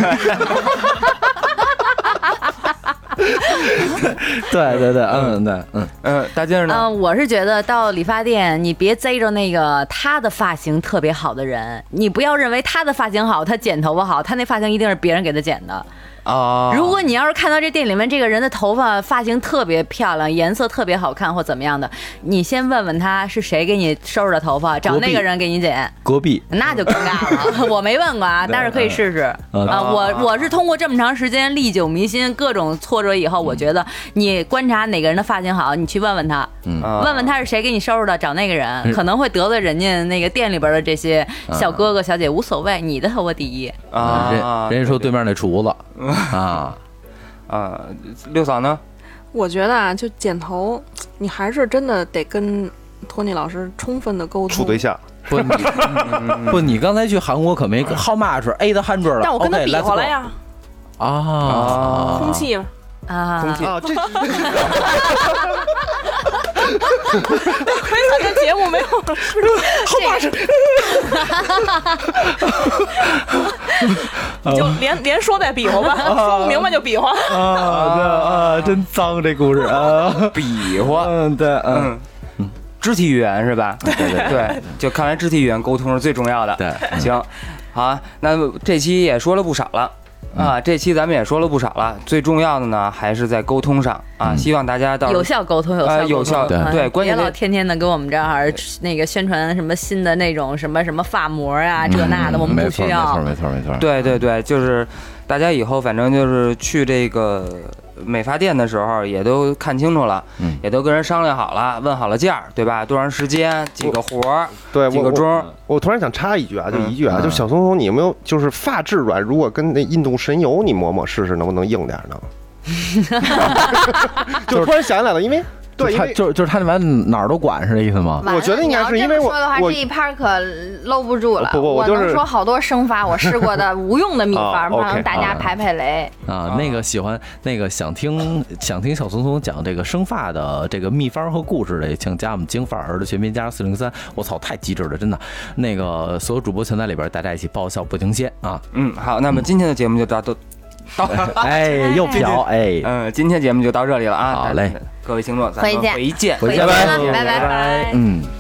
S4: 对对对，嗯对嗯，
S2: 嗯，大劲儿
S3: 嗯、
S2: 呢？
S3: 我是觉得到理发店，你别贼着那个他的发型特别好的人，你不要认为他的发型好，他剪头发好，他那发型一定是别人给他剪的。
S2: 啊，
S3: 如果你要是看到这店里面这个人的头发发型特别漂亮，颜色特别好看或怎么样的，你先问问他是谁给你收拾的头发，找
S4: 隔壁
S3: 那个人给你剪，
S4: 隔壁
S3: 那就尴尬了。 我没问过啊，但是可以试试啊。
S4: 嗯
S3: 我我是通过这么长时间历久弥新，各种挫折以后，
S4: 嗯
S3: 我觉得你观察哪个人的发型好，你去问问他，
S4: 嗯
S2: 啊
S3: 问问他是谁给你收拾的，找那个人，可能会得罪人家那个店里边的这些
S4: 嗯
S3: 小哥哥小姐，无所谓，你的头发第一。
S2: 啊，
S4: 人人家说对面那厨子啊，
S2: 啊，六嫂呢？
S6: 我觉得啊，就剪头，你还是真的得跟托尼老师充分的沟
S5: 处
S6: 通。
S5: 对象，
S4: 不你不你刚才去韩国可没 how much a 的 hundred 了，
S6: 但我跟他
S4: OK，
S6: 比
S4: let's
S6: 划了
S4: go
S6: 呀，
S4: 啊，
S6: 空气嘛
S3: 啊，
S2: 空气
S5: 啊，这
S6: 亏咱哎这节目没有这个， 就连连说带比划吧，说不明白就比划。
S4: 啊，对啊，真脏这故事 啊，
S2: 比划，
S4: 嗯，对，嗯，
S2: 嗯，肢体语言是吧？对对对，就看来肢体语言沟通是最重要的。
S4: 对，
S2: 行，好啊，那这期也说了不少了。
S4: 嗯
S2: 啊，这期咱们也说了不少了，最重要的呢还是在沟通上
S4: 嗯
S2: 啊，希望大家到
S3: 有效沟通，有效
S2: 呃
S3: 沟通
S2: 有效
S4: 对
S3: 啊
S2: 对关键
S3: 别
S2: 这
S3: 老天天的给我们这儿那个宣传什么新的那种什么什么发膜呀、这那的，我们
S4: 嗯没
S3: 不
S4: 错
S3: 需
S4: 没错
S3: 要。
S4: 没错没错，
S2: 对对对，就是大家以后反正就是去这个美发店的时候，也都看清楚了，
S4: 嗯
S2: 也都跟人商量好了，问好了价儿，对吧？多长时间，几个活儿，
S5: 对我
S2: 几个
S5: 我
S2: 钟儿，
S5: 我突然想插一句啊，就
S2: 嗯
S5: 一句啊，
S4: 嗯
S5: 就小松松，你有没有就是发质软？如果跟那印度神油你磨磨试试，能不能硬点儿呢？ 就突然想起来了，因为对，因
S4: 他
S5: 为
S4: 就是就是他那玩意儿哪儿都管是这意思吗？
S1: 完了
S5: 我觉得应该是
S1: 你要
S5: 因为
S1: 这么
S5: 我
S1: 说的话，
S5: 我
S1: 这一拍可搂不住了。
S5: 不不我就是
S1: 能说好多生发，我试过的无用的秘方，
S5: 哦
S1: 不让
S5: OK，
S1: 大家排排雷。
S4: 啊，那个喜欢那个想听 想听小松松讲这个生发的这个秘方和故事的，请加我们京范儿的全拼加上四零三。我操，太机智了，真的。那个所有主播全在里边，大家一起爆笑不停歇啊！
S2: 嗯，好，那么今天的节目就到都到，
S4: 哎，又嫖哎，
S2: 嗯，今天节目就到这里了啊，
S4: 好嘞，
S2: 各位听众，咱
S1: 回
S2: 们
S1: 见
S2: 回见，
S4: 回
S1: 见
S4: 见
S1: 吧
S4: 吧，
S1: 拜拜
S4: 嗯。